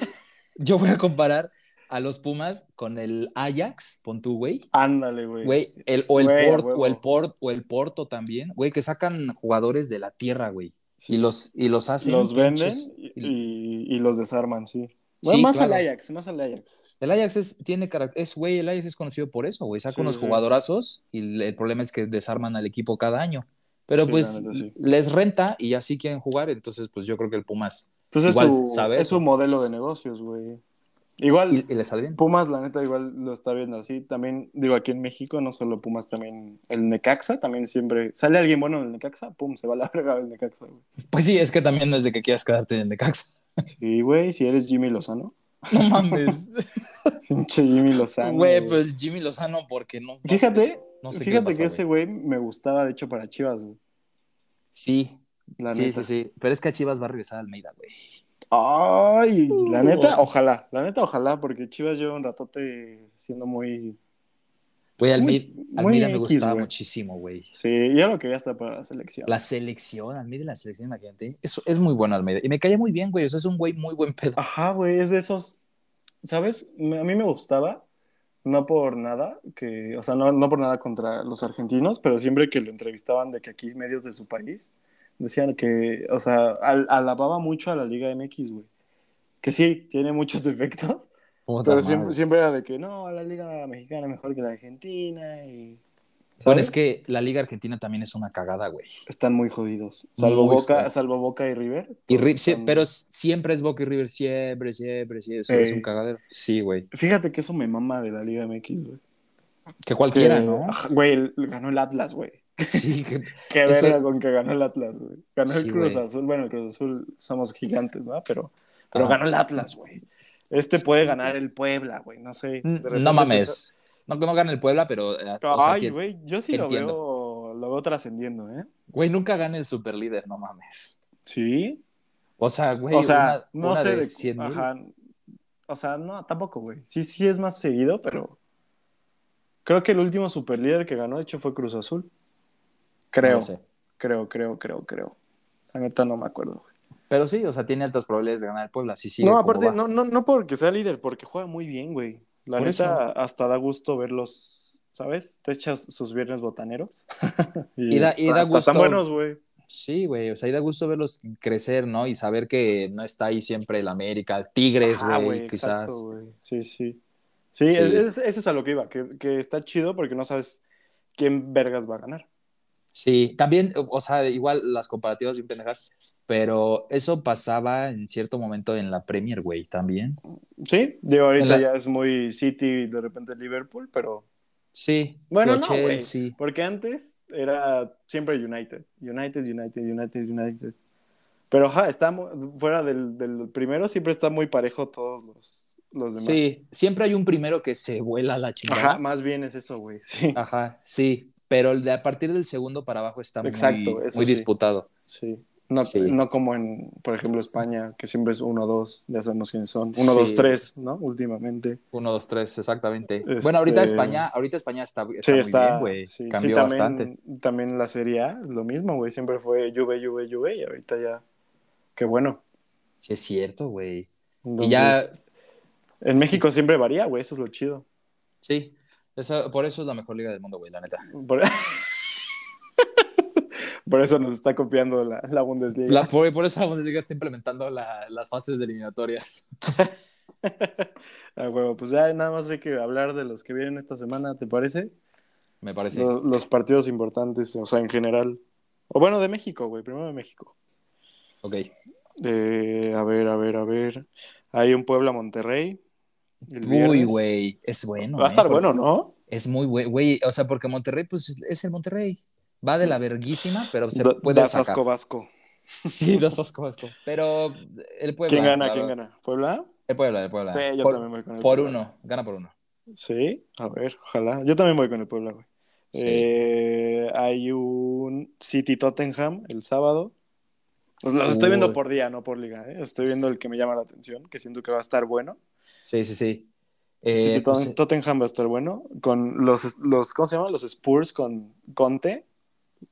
[SPEAKER 2] yo voy a comparar a los Pumas con el Ajax, pon tú, güey.
[SPEAKER 1] Ándale, güey.
[SPEAKER 2] Güey, el, o, el
[SPEAKER 1] Güey, a
[SPEAKER 2] Port-
[SPEAKER 1] huevo.
[SPEAKER 2] o, el Port- o el Porto también, güey, que sacan jugadores de la tierra, güey.
[SPEAKER 1] Sí.
[SPEAKER 2] Y, los, y los hacen.
[SPEAKER 1] los venden
[SPEAKER 2] pinches-
[SPEAKER 1] y,
[SPEAKER 2] y-
[SPEAKER 1] y- y los desarman, sí. Bueno, más
[SPEAKER 2] claro.
[SPEAKER 1] al Ajax, más al Ajax.
[SPEAKER 2] El Ajax es, tiene carac- es, güey, el Ajax es conocido por eso, güey. Saca
[SPEAKER 1] Sí,
[SPEAKER 2] unos
[SPEAKER 1] sí.
[SPEAKER 2] jugadorazos y el, el problema es que desarman al equipo cada año. Pero
[SPEAKER 1] Sí,
[SPEAKER 2] pues
[SPEAKER 1] la neta, sí.
[SPEAKER 2] les renta y así quieren jugar, entonces pues yo creo que el Pumas
[SPEAKER 1] Entonces
[SPEAKER 2] Igual
[SPEAKER 1] Pues es, su,
[SPEAKER 2] sabe
[SPEAKER 1] es su
[SPEAKER 2] eso.
[SPEAKER 1] modelo de negocios, güey. Igual,
[SPEAKER 2] y, y les sale bien.
[SPEAKER 1] Pumas, la neta, igual lo está viendo así. También, digo, aquí en México, no solo Pumas, también el Necaxa, también siempre. Sale alguien bueno en el Necaxa, pum, se va a la verga el Necaxa, güey.
[SPEAKER 2] Pues sí, es que también no es de que quieras quedarte en el Necaxa.
[SPEAKER 1] Sí, güey, si eres Jimmy Lozano.
[SPEAKER 2] No mames.
[SPEAKER 1] Pinche Jimmy Lozano.
[SPEAKER 2] Güey, pues Jimmy Lozano, porque no.
[SPEAKER 1] Fíjate,
[SPEAKER 2] no sé qué le
[SPEAKER 1] fíjate
[SPEAKER 2] pasó,
[SPEAKER 1] que
[SPEAKER 2] güey.
[SPEAKER 1] ese güey me gustaba, de hecho, para Chivas, güey.
[SPEAKER 2] Sí,
[SPEAKER 1] La
[SPEAKER 2] sí,
[SPEAKER 1] neta.
[SPEAKER 2] sí, sí. Pero es que a Chivas va a regresar a Almeida, güey.
[SPEAKER 1] Ay, la
[SPEAKER 2] Uh.
[SPEAKER 1] neta, ojalá, la neta, ojalá, porque Chivas lleva un ratote siendo muy.
[SPEAKER 2] Güey, Alme-
[SPEAKER 1] Muy-
[SPEAKER 2] Almeida,
[SPEAKER 1] muy X,
[SPEAKER 2] me gustaba
[SPEAKER 1] güey.
[SPEAKER 2] muchísimo, güey.
[SPEAKER 1] Sí, ya lo quería hasta para la selección.
[SPEAKER 2] La selección, Almeida y la selección, imagínate. Eso es muy bueno, Almeida. Y me cae muy bien, güey. O sea, es un güey muy buen pedo.
[SPEAKER 1] Ajá, güey, es de esos. ¿Sabes? Me- A mí me gustaba, no por nada, que, o sea, no, no por nada contra los argentinos, pero siempre que lo entrevistaban de que aquí medios de su país decían que, o sea, al- alababa mucho a la Liga MX, güey. Que sí, tiene muchos defectos,
[SPEAKER 2] Puta
[SPEAKER 1] Pero
[SPEAKER 2] madre.
[SPEAKER 1] siempre, siempre era de que no, la liga mexicana es mejor que la argentina y
[SPEAKER 2] Bueno,
[SPEAKER 1] ¿sabes?
[SPEAKER 2] es que la Liga Argentina también es una cagada, güey.
[SPEAKER 1] están muy jodidos. Salvo
[SPEAKER 2] Muy
[SPEAKER 1] Boca,
[SPEAKER 2] feo.
[SPEAKER 1] salvo Boca y River.
[SPEAKER 2] Y
[SPEAKER 1] todos
[SPEAKER 2] Ri- sí,
[SPEAKER 1] están-
[SPEAKER 2] pero siempre es Boca y River, siempre, siempre, siempre. Eso Es
[SPEAKER 1] Ey.
[SPEAKER 2] un cagadero. Sí, güey.
[SPEAKER 1] fíjate que eso me mama de la Liga MX, güey.
[SPEAKER 2] Que cualquiera,
[SPEAKER 1] Que-
[SPEAKER 2] ¿no?
[SPEAKER 1] Ajá, Güey, el- ganó el Atlas, güey.
[SPEAKER 2] Sí, que-
[SPEAKER 1] Qué
[SPEAKER 2] Eso-
[SPEAKER 1] verga con que ganó el Atlas, güey. Ganó
[SPEAKER 2] Sí,
[SPEAKER 1] el Cruz
[SPEAKER 2] güey.
[SPEAKER 1] Azul, bueno, el Cruz Azul somos gigantes, ¿no? Pero pero
[SPEAKER 2] Ah.
[SPEAKER 1] ganó el Atlas, güey. Este puede ganar el Puebla, güey, no sé. De repente
[SPEAKER 2] Mm, No
[SPEAKER 1] te-
[SPEAKER 2] mames. No, no gana el Puebla, pero. eh, o sea,
[SPEAKER 1] Ay,
[SPEAKER 2] que-
[SPEAKER 1] güey, yo sí lo
[SPEAKER 2] entiendo.
[SPEAKER 1] veo, lo veo trascendiendo, ¿eh?
[SPEAKER 2] Güey, nunca gana el superlíder, no mames.
[SPEAKER 1] Sí,
[SPEAKER 2] O sea, güey,
[SPEAKER 1] o sea,
[SPEAKER 2] una,
[SPEAKER 1] no
[SPEAKER 2] una
[SPEAKER 1] sé
[SPEAKER 2] de
[SPEAKER 1] de-
[SPEAKER 2] 100 mil.
[SPEAKER 1] ajá. O sea, no, tampoco, güey. Sí, sí es más seguido, pero creo que el último superlíder que ganó, de hecho, fue Cruz Azul. Creo,
[SPEAKER 2] No lo sé.
[SPEAKER 1] creo, creo, creo, creo. La neta no me acuerdo. güey.
[SPEAKER 2] Pero sí, o sea, tiene altas probabilidades de ganar el Puebla. Sí, sí.
[SPEAKER 1] no, aparte, no, no, no porque sea líder, porque juega muy bien, güey. La
[SPEAKER 2] Por
[SPEAKER 1] neta, hasta da gusto verlos, ¿sabes? Te echas sus viernes botaneros.
[SPEAKER 2] Y da- y da
[SPEAKER 1] están
[SPEAKER 2] gusto.
[SPEAKER 1] buenos, güey.
[SPEAKER 2] Sí, güey. O sea, y da gusto verlos crecer, ¿no? Y saber que no está ahí siempre el América, el Tigres,
[SPEAKER 1] Ah,
[SPEAKER 2] güey, quizás.
[SPEAKER 1] exacto, güey. Sí, sí. Sí,
[SPEAKER 2] Sí.
[SPEAKER 1] es- es- eso es a lo que iba, que, que está chido porque no sabes quién vergas va a ganar.
[SPEAKER 2] sí, también, o sea, igual las comparativas bien pendejas, pero eso pasaba en cierto momento en la Premier, güey, también.
[SPEAKER 1] Sí, digo, ahorita
[SPEAKER 2] En la-
[SPEAKER 1] ya es muy City y de repente Liverpool, pero...
[SPEAKER 2] Sí.
[SPEAKER 1] Bueno,
[SPEAKER 2] o
[SPEAKER 1] no, güey.
[SPEAKER 2] Chelsea.
[SPEAKER 1] Porque antes era siempre United, United, United, United, United. Pero ajá, está mu- fuera del, del primero, siempre está muy parejo todos los, los demás.
[SPEAKER 2] Sí, siempre hay un primero que se vuela la chingada.
[SPEAKER 1] Ajá, más bien es eso, güey. Sí,
[SPEAKER 2] Ajá, sí, pero el de a partir del segundo para abajo está muy-
[SPEAKER 1] Exacto,
[SPEAKER 2] muy,
[SPEAKER 1] eso sí.
[SPEAKER 2] disputado.
[SPEAKER 1] sí. No,
[SPEAKER 2] Sí.
[SPEAKER 1] no como en, por ejemplo, España, que siempre es 1-2, ya sabemos quiénes son. 1-2-3, ¿no? Últimamente.
[SPEAKER 2] Uno, dos, tres, exactamente.
[SPEAKER 1] Este-
[SPEAKER 2] Bueno, ahorita España, ahorita España está, está
[SPEAKER 1] sí,
[SPEAKER 2] muy
[SPEAKER 1] está.
[SPEAKER 2] bien, güey.
[SPEAKER 1] sí, sí,
[SPEAKER 2] Cambió
[SPEAKER 1] también,
[SPEAKER 2] bastante.
[SPEAKER 1] También la Serie A, lo mismo, güey. Siempre fue Juve, Juve, Juve, y ahorita ya. Qué bueno.
[SPEAKER 2] Sí, es cierto, güey. y
[SPEAKER 1] Entonces,
[SPEAKER 2] ya,
[SPEAKER 1] En México siempre varía, güey. Eso es lo chido.
[SPEAKER 2] sí. Eso, por eso es la mejor liga del mundo, güey, la neta.
[SPEAKER 1] Por, Por eso nos está copiando la, la Bundesliga.
[SPEAKER 2] La- por, por eso la Bundesliga está implementando la- las fases de eliminatorias.
[SPEAKER 1] Ah, huevo, pues ya nada más hay que hablar de los que vienen esta semana, ¿te parece?
[SPEAKER 2] Me parece.
[SPEAKER 1] Lo- Los, partidos importantes, o sea, en general. O bueno, de México, güey, primero de México.
[SPEAKER 2] Ok.
[SPEAKER 1] Eh, a ver, a ver, a ver. Hay un Puebla Monterrey. el
[SPEAKER 2] Uy,
[SPEAKER 1] viernes.
[SPEAKER 2] güey. Es bueno.
[SPEAKER 1] Va a
[SPEAKER 2] eh,
[SPEAKER 1] estar
[SPEAKER 2] porque-
[SPEAKER 1] bueno, ¿no?
[SPEAKER 2] Es muy güey, güey. O sea, porque Monterrey, pues es el Monterrey. Va de la verguísima, pero pues se
[SPEAKER 1] Da-
[SPEAKER 2] puede
[SPEAKER 1] das
[SPEAKER 2] sacar.
[SPEAKER 1] asco Vasco.
[SPEAKER 2] Sí, das asco, asco. Pero el Puebla.
[SPEAKER 1] ¿Quién gana?
[SPEAKER 2] la
[SPEAKER 1] ¿Quién
[SPEAKER 2] verdad.
[SPEAKER 1] gana? ¿Puebla?
[SPEAKER 2] El Puebla, el Puebla.
[SPEAKER 1] Sí, yo
[SPEAKER 2] por,
[SPEAKER 1] también voy con el
[SPEAKER 2] por
[SPEAKER 1] Puebla.
[SPEAKER 2] uno. Gana por uno.
[SPEAKER 1] Sí, a ver, ojalá. Yo también voy con el Puebla, güey.
[SPEAKER 2] Sí.
[SPEAKER 1] Eh, hay un City Tottenham el sábado. Los, los estoy viendo
[SPEAKER 2] Uy.
[SPEAKER 1] por día, no por liga. ¿eh? Estoy viendo el que me llama la atención, que siento que va a estar bueno.
[SPEAKER 2] Sí, sí, sí. Eh,
[SPEAKER 1] City
[SPEAKER 2] pues,
[SPEAKER 1] Tot- Tottenham va a estar bueno. Con los, los ¿cómo se llama? Los Spurs con Conte.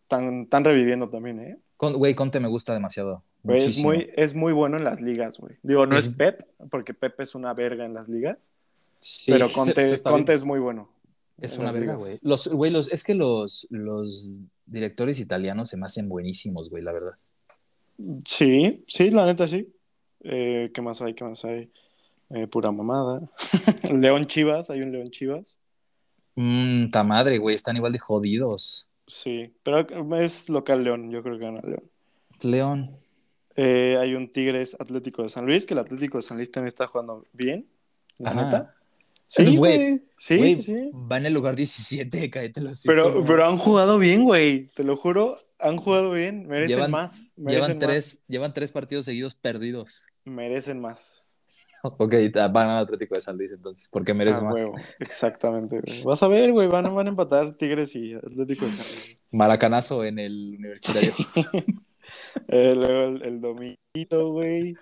[SPEAKER 1] Están, están reviviendo también, ¿eh?
[SPEAKER 2] con- güey, Conte me gusta demasiado.
[SPEAKER 1] Güey, es,
[SPEAKER 2] muchísimo.
[SPEAKER 1] muy, es muy bueno en las ligas, güey. Digo, no es,
[SPEAKER 2] Es-
[SPEAKER 1] Pep, porque Pep es una verga en las ligas.
[SPEAKER 2] Sí,
[SPEAKER 1] pero
[SPEAKER 2] se-
[SPEAKER 1] Conte,
[SPEAKER 2] se está
[SPEAKER 1] Conte es muy bueno.
[SPEAKER 2] Es
[SPEAKER 1] en
[SPEAKER 2] una
[SPEAKER 1] las
[SPEAKER 2] verga,
[SPEAKER 1] ligas.
[SPEAKER 2] güey. Los, güey, los, es que los, los directores italianos se me hacen buenísimos, güey, la verdad.
[SPEAKER 1] Sí, sí, la neta sí. Eh, ¿qué más hay? ¿Qué más hay? Eh, pura mamada. León Chivas, hay un León Chivas.
[SPEAKER 2] Mmm, ta madre, güey, están igual de jodidos.
[SPEAKER 1] Sí, pero es local León, yo creo que gana León.
[SPEAKER 2] León.
[SPEAKER 1] Eh, hay un Tigres Atlético de San Luis, que el Atlético de San Luis también está jugando bien, la
[SPEAKER 2] Ajá.
[SPEAKER 1] neta. Sí,
[SPEAKER 2] Güey,
[SPEAKER 1] güey. Sí,
[SPEAKER 2] Güey,
[SPEAKER 1] sí, sí.
[SPEAKER 2] Va en el lugar 17, cállate los
[SPEAKER 1] Pero, pero han jugado bien, güey. Te lo juro, han jugado bien. Merecen
[SPEAKER 2] Llevan-
[SPEAKER 1] más. Merecen
[SPEAKER 2] llevan tres, llevan tres partidos seguidos perdidos.
[SPEAKER 1] más. Merecen más.
[SPEAKER 2] Ok, ta- van al Atlético de San Luis entonces, porque merece
[SPEAKER 1] A
[SPEAKER 2] más.
[SPEAKER 1] Ah, huevo, Exactamente, güey. Vas a ver, güey. Van, van a empatar Tigres y Atlético de San Luis.
[SPEAKER 2] Maracanazo en el universitario.
[SPEAKER 1] Eh, luego el, el domingo, güey.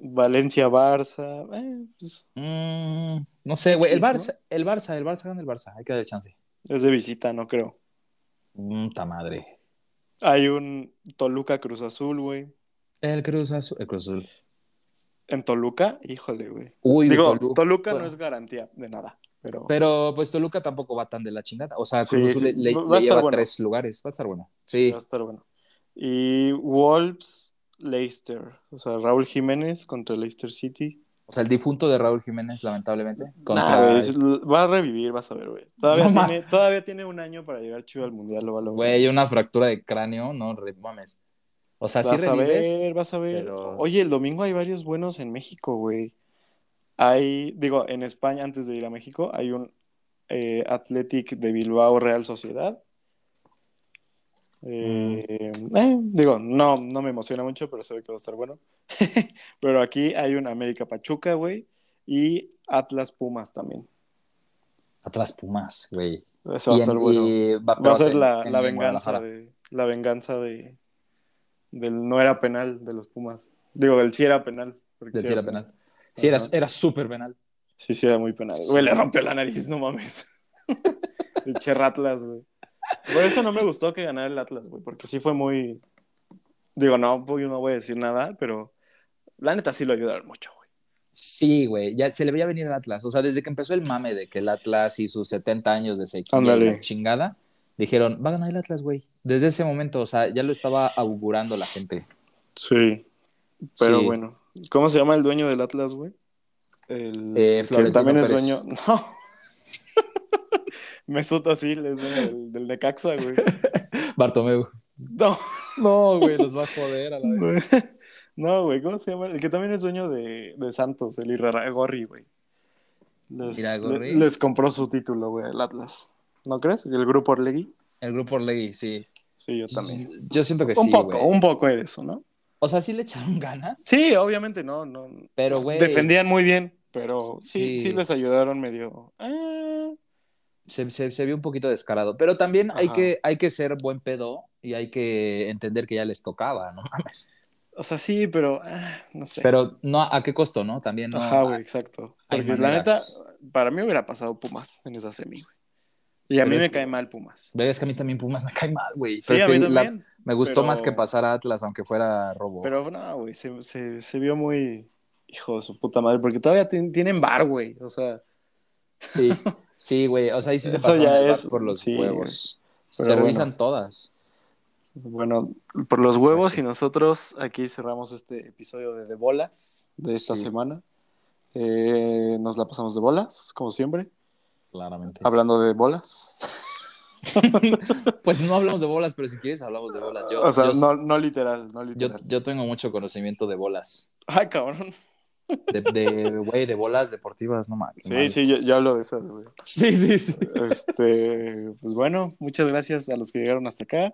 [SPEAKER 1] Valencia-Barça. eh, pues,
[SPEAKER 2] Mm, no sé, güey, el
[SPEAKER 1] Sí, ¿no?
[SPEAKER 2] Barça, el Barça, el Barça gana el Barça, hay que darle chance.
[SPEAKER 1] es de visita, no creo.
[SPEAKER 2] Mmm, ta madre.
[SPEAKER 1] Hay un Toluca-Cruz Azul, güey.
[SPEAKER 2] El Cruz Azul, el Cruz Azul.
[SPEAKER 1] En Toluca, híjole, güey.
[SPEAKER 2] Uy,
[SPEAKER 1] Digo, Toluca,
[SPEAKER 2] Tolu-
[SPEAKER 1] no
[SPEAKER 2] bueno.
[SPEAKER 1] es garantía de nada. Pero,
[SPEAKER 2] Pero pues Toluca tampoco va tan de la chingada. O sea, Cruz
[SPEAKER 1] Sí,
[SPEAKER 2] Azul
[SPEAKER 1] sí.
[SPEAKER 2] le, le-
[SPEAKER 1] Va a
[SPEAKER 2] le
[SPEAKER 1] estar
[SPEAKER 2] lleva
[SPEAKER 1] bueno.
[SPEAKER 2] tres lugares. Va a estar bueno. Sí.
[SPEAKER 1] va a estar bueno. Y Wolves-Leicester. O sea, Raúl Jiménez contra Leicester City.
[SPEAKER 2] O sea, el difunto de Raúl Jiménez, lamentablemente.
[SPEAKER 1] Nah,
[SPEAKER 2] Contra...
[SPEAKER 1] güey, es- va a revivir, vas a ver, güey. Todavía,
[SPEAKER 2] No, ma-
[SPEAKER 1] tiene, todavía tiene un año para llegar chido al mundial, lo va a lograr.
[SPEAKER 2] Güey, una fractura de cráneo, no re- mames. O sea, sí
[SPEAKER 1] vas a
[SPEAKER 2] revives.
[SPEAKER 1] ver, vas a ver.
[SPEAKER 2] pero-
[SPEAKER 1] Oye, el domingo hay varios buenos en México, güey. Hay, digo, en España, antes de ir a México, hay un eh, Athletic de Bilbao Real Sociedad.
[SPEAKER 2] Mm.
[SPEAKER 1] Eh, eh, digo, no, no me emociona mucho, pero se ve que va a estar bueno. pero aquí hay un América Pachuca, güey, y Atlas Pumas también.
[SPEAKER 2] Atrás Pumas, güey.
[SPEAKER 1] Eso va a
[SPEAKER 2] Y en-
[SPEAKER 1] estar bueno.
[SPEAKER 2] y
[SPEAKER 1] Va
[SPEAKER 2] pero
[SPEAKER 1] a ser
[SPEAKER 2] en-
[SPEAKER 1] la,
[SPEAKER 2] en-
[SPEAKER 1] la
[SPEAKER 2] en
[SPEAKER 1] venganza
[SPEAKER 2] Guadalajara.
[SPEAKER 1] de la venganza de del no era penal de los Pumas. Digo, el sí era penal. porque
[SPEAKER 2] Del sí era penal. Sí, era,
[SPEAKER 1] Ajá.
[SPEAKER 2] era súper penal.
[SPEAKER 1] Sí, sí era muy penal. Güey, le rompió la nariz, no mames. el Cherratlas, güey. Por eso no me gustó que ganara el Atlas, güey, porque sí fue muy digo, no, pues, yo no voy a decir nada, pero la neta sí lo ayudaron mucho, güey.
[SPEAKER 2] Sí, güey. Ya se le veía venir el Atlas. O sea, desde que empezó el mame de que el Atlas y sus 70 años de sequía y
[SPEAKER 1] Ándale.
[SPEAKER 2] la chingada, dijeron, va a ganar el Atlas, güey. Desde ese momento, o sea, ya lo estaba augurando la gente.
[SPEAKER 1] Sí. Pero
[SPEAKER 2] Sí.
[SPEAKER 1] bueno, ¿cómo se llama el dueño del Atlas, güey? El
[SPEAKER 2] Eh,
[SPEAKER 1] que
[SPEAKER 2] Florentino
[SPEAKER 1] también es
[SPEAKER 2] Pérez.
[SPEAKER 1] dueño. No. Mesut Özil es dueño del, del Necaxa, güey.
[SPEAKER 2] Bartomeu.
[SPEAKER 1] No.
[SPEAKER 2] No, güey, los va a joder a la vez.
[SPEAKER 1] No, güey, ¿cómo se llama? El que también es dueño de, de Santos, el Iraragorri, güey. Les,
[SPEAKER 2] Iragorri.
[SPEAKER 1] le- les compró su título, güey, el Atlas. ¿No crees? El grupo Orlegui.
[SPEAKER 2] El grupo Orlegui, sí.
[SPEAKER 1] Sí, yo también.
[SPEAKER 2] Yo siento que
[SPEAKER 1] un
[SPEAKER 2] Pues sí,
[SPEAKER 1] poco,
[SPEAKER 2] güey.
[SPEAKER 1] un poco de eso, ¿no?
[SPEAKER 2] O sea, sí le echaron ganas,
[SPEAKER 1] Sí, obviamente no, no,
[SPEAKER 2] pero, güey.
[SPEAKER 1] Defendían muy bien, pero sí,
[SPEAKER 2] Sí.
[SPEAKER 1] sí les ayudaron medio. ah,
[SPEAKER 2] se, se, se vio un poquito descarado. Pero también hay
[SPEAKER 1] Ajá.
[SPEAKER 2] que, hay que ser buen pedo y hay que entender que ya les tocaba, ¿no? mames.
[SPEAKER 1] O sea, sí, pero ah, no sé.
[SPEAKER 2] Pero no, ¿a qué costo, no? También no.
[SPEAKER 1] Ajá, güey, exacto.
[SPEAKER 2] hay
[SPEAKER 1] Porque la neta,
[SPEAKER 2] maneras.
[SPEAKER 1] para mí hubiera pasado Pumas en esa semi, güey. Y a
[SPEAKER 2] Pero
[SPEAKER 1] mí
[SPEAKER 2] es-
[SPEAKER 1] me cae mal Pumas.
[SPEAKER 2] Verga, es que a mí también Pumas me cae mal, güey.
[SPEAKER 1] Sí, a mí
[SPEAKER 2] Prefiero- la-
[SPEAKER 1] también.
[SPEAKER 2] me gustó
[SPEAKER 1] pero-
[SPEAKER 2] más que pasar a Atlas, aunque fuera robo.
[SPEAKER 1] Pero no, güey, se, se, se vio muy hijo de su puta madre, porque todavía tien- tienen bar, güey. O sea,
[SPEAKER 2] Sí, sí, güey. O sea, ahí sí se
[SPEAKER 1] Eso
[SPEAKER 2] pasaron
[SPEAKER 1] ya
[SPEAKER 2] de
[SPEAKER 1] es-
[SPEAKER 2] bar por los
[SPEAKER 1] sí,
[SPEAKER 2] huevos. Se
[SPEAKER 1] Pero bueno.
[SPEAKER 2] revisan todas.
[SPEAKER 1] bueno, por los huevos
[SPEAKER 2] Pues sí.
[SPEAKER 1] y nosotros aquí cerramos este episodio de De Bolas de esta
[SPEAKER 2] Sí.
[SPEAKER 1] semana. Eh, nos la pasamos de bolas, como siempre.
[SPEAKER 2] Claramente.
[SPEAKER 1] Hablando de bolas.
[SPEAKER 2] Pues no hablamos de bolas, pero si quieres hablamos de bolas. Yo,
[SPEAKER 1] o sea,
[SPEAKER 2] yo,
[SPEAKER 1] no, no literal, no
[SPEAKER 2] yo,
[SPEAKER 1] literal.
[SPEAKER 2] yo tengo mucho conocimiento de bolas.
[SPEAKER 1] Ay, cabrón.
[SPEAKER 2] De, de, güey, de bolas deportivas, no mames.
[SPEAKER 1] Sí, sí, yo, yo hablo de esas, güey.
[SPEAKER 2] sí, sí, sí.
[SPEAKER 1] Este, pues bueno, muchas gracias a los que llegaron hasta acá.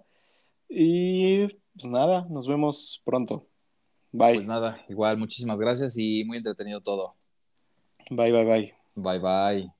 [SPEAKER 1] Y pues nada, nos vemos pronto. Bye.
[SPEAKER 2] Pues nada, igual, muchísimas gracias y muy entretenido todo.
[SPEAKER 1] Bye, bye, bye.
[SPEAKER 2] Bye, bye.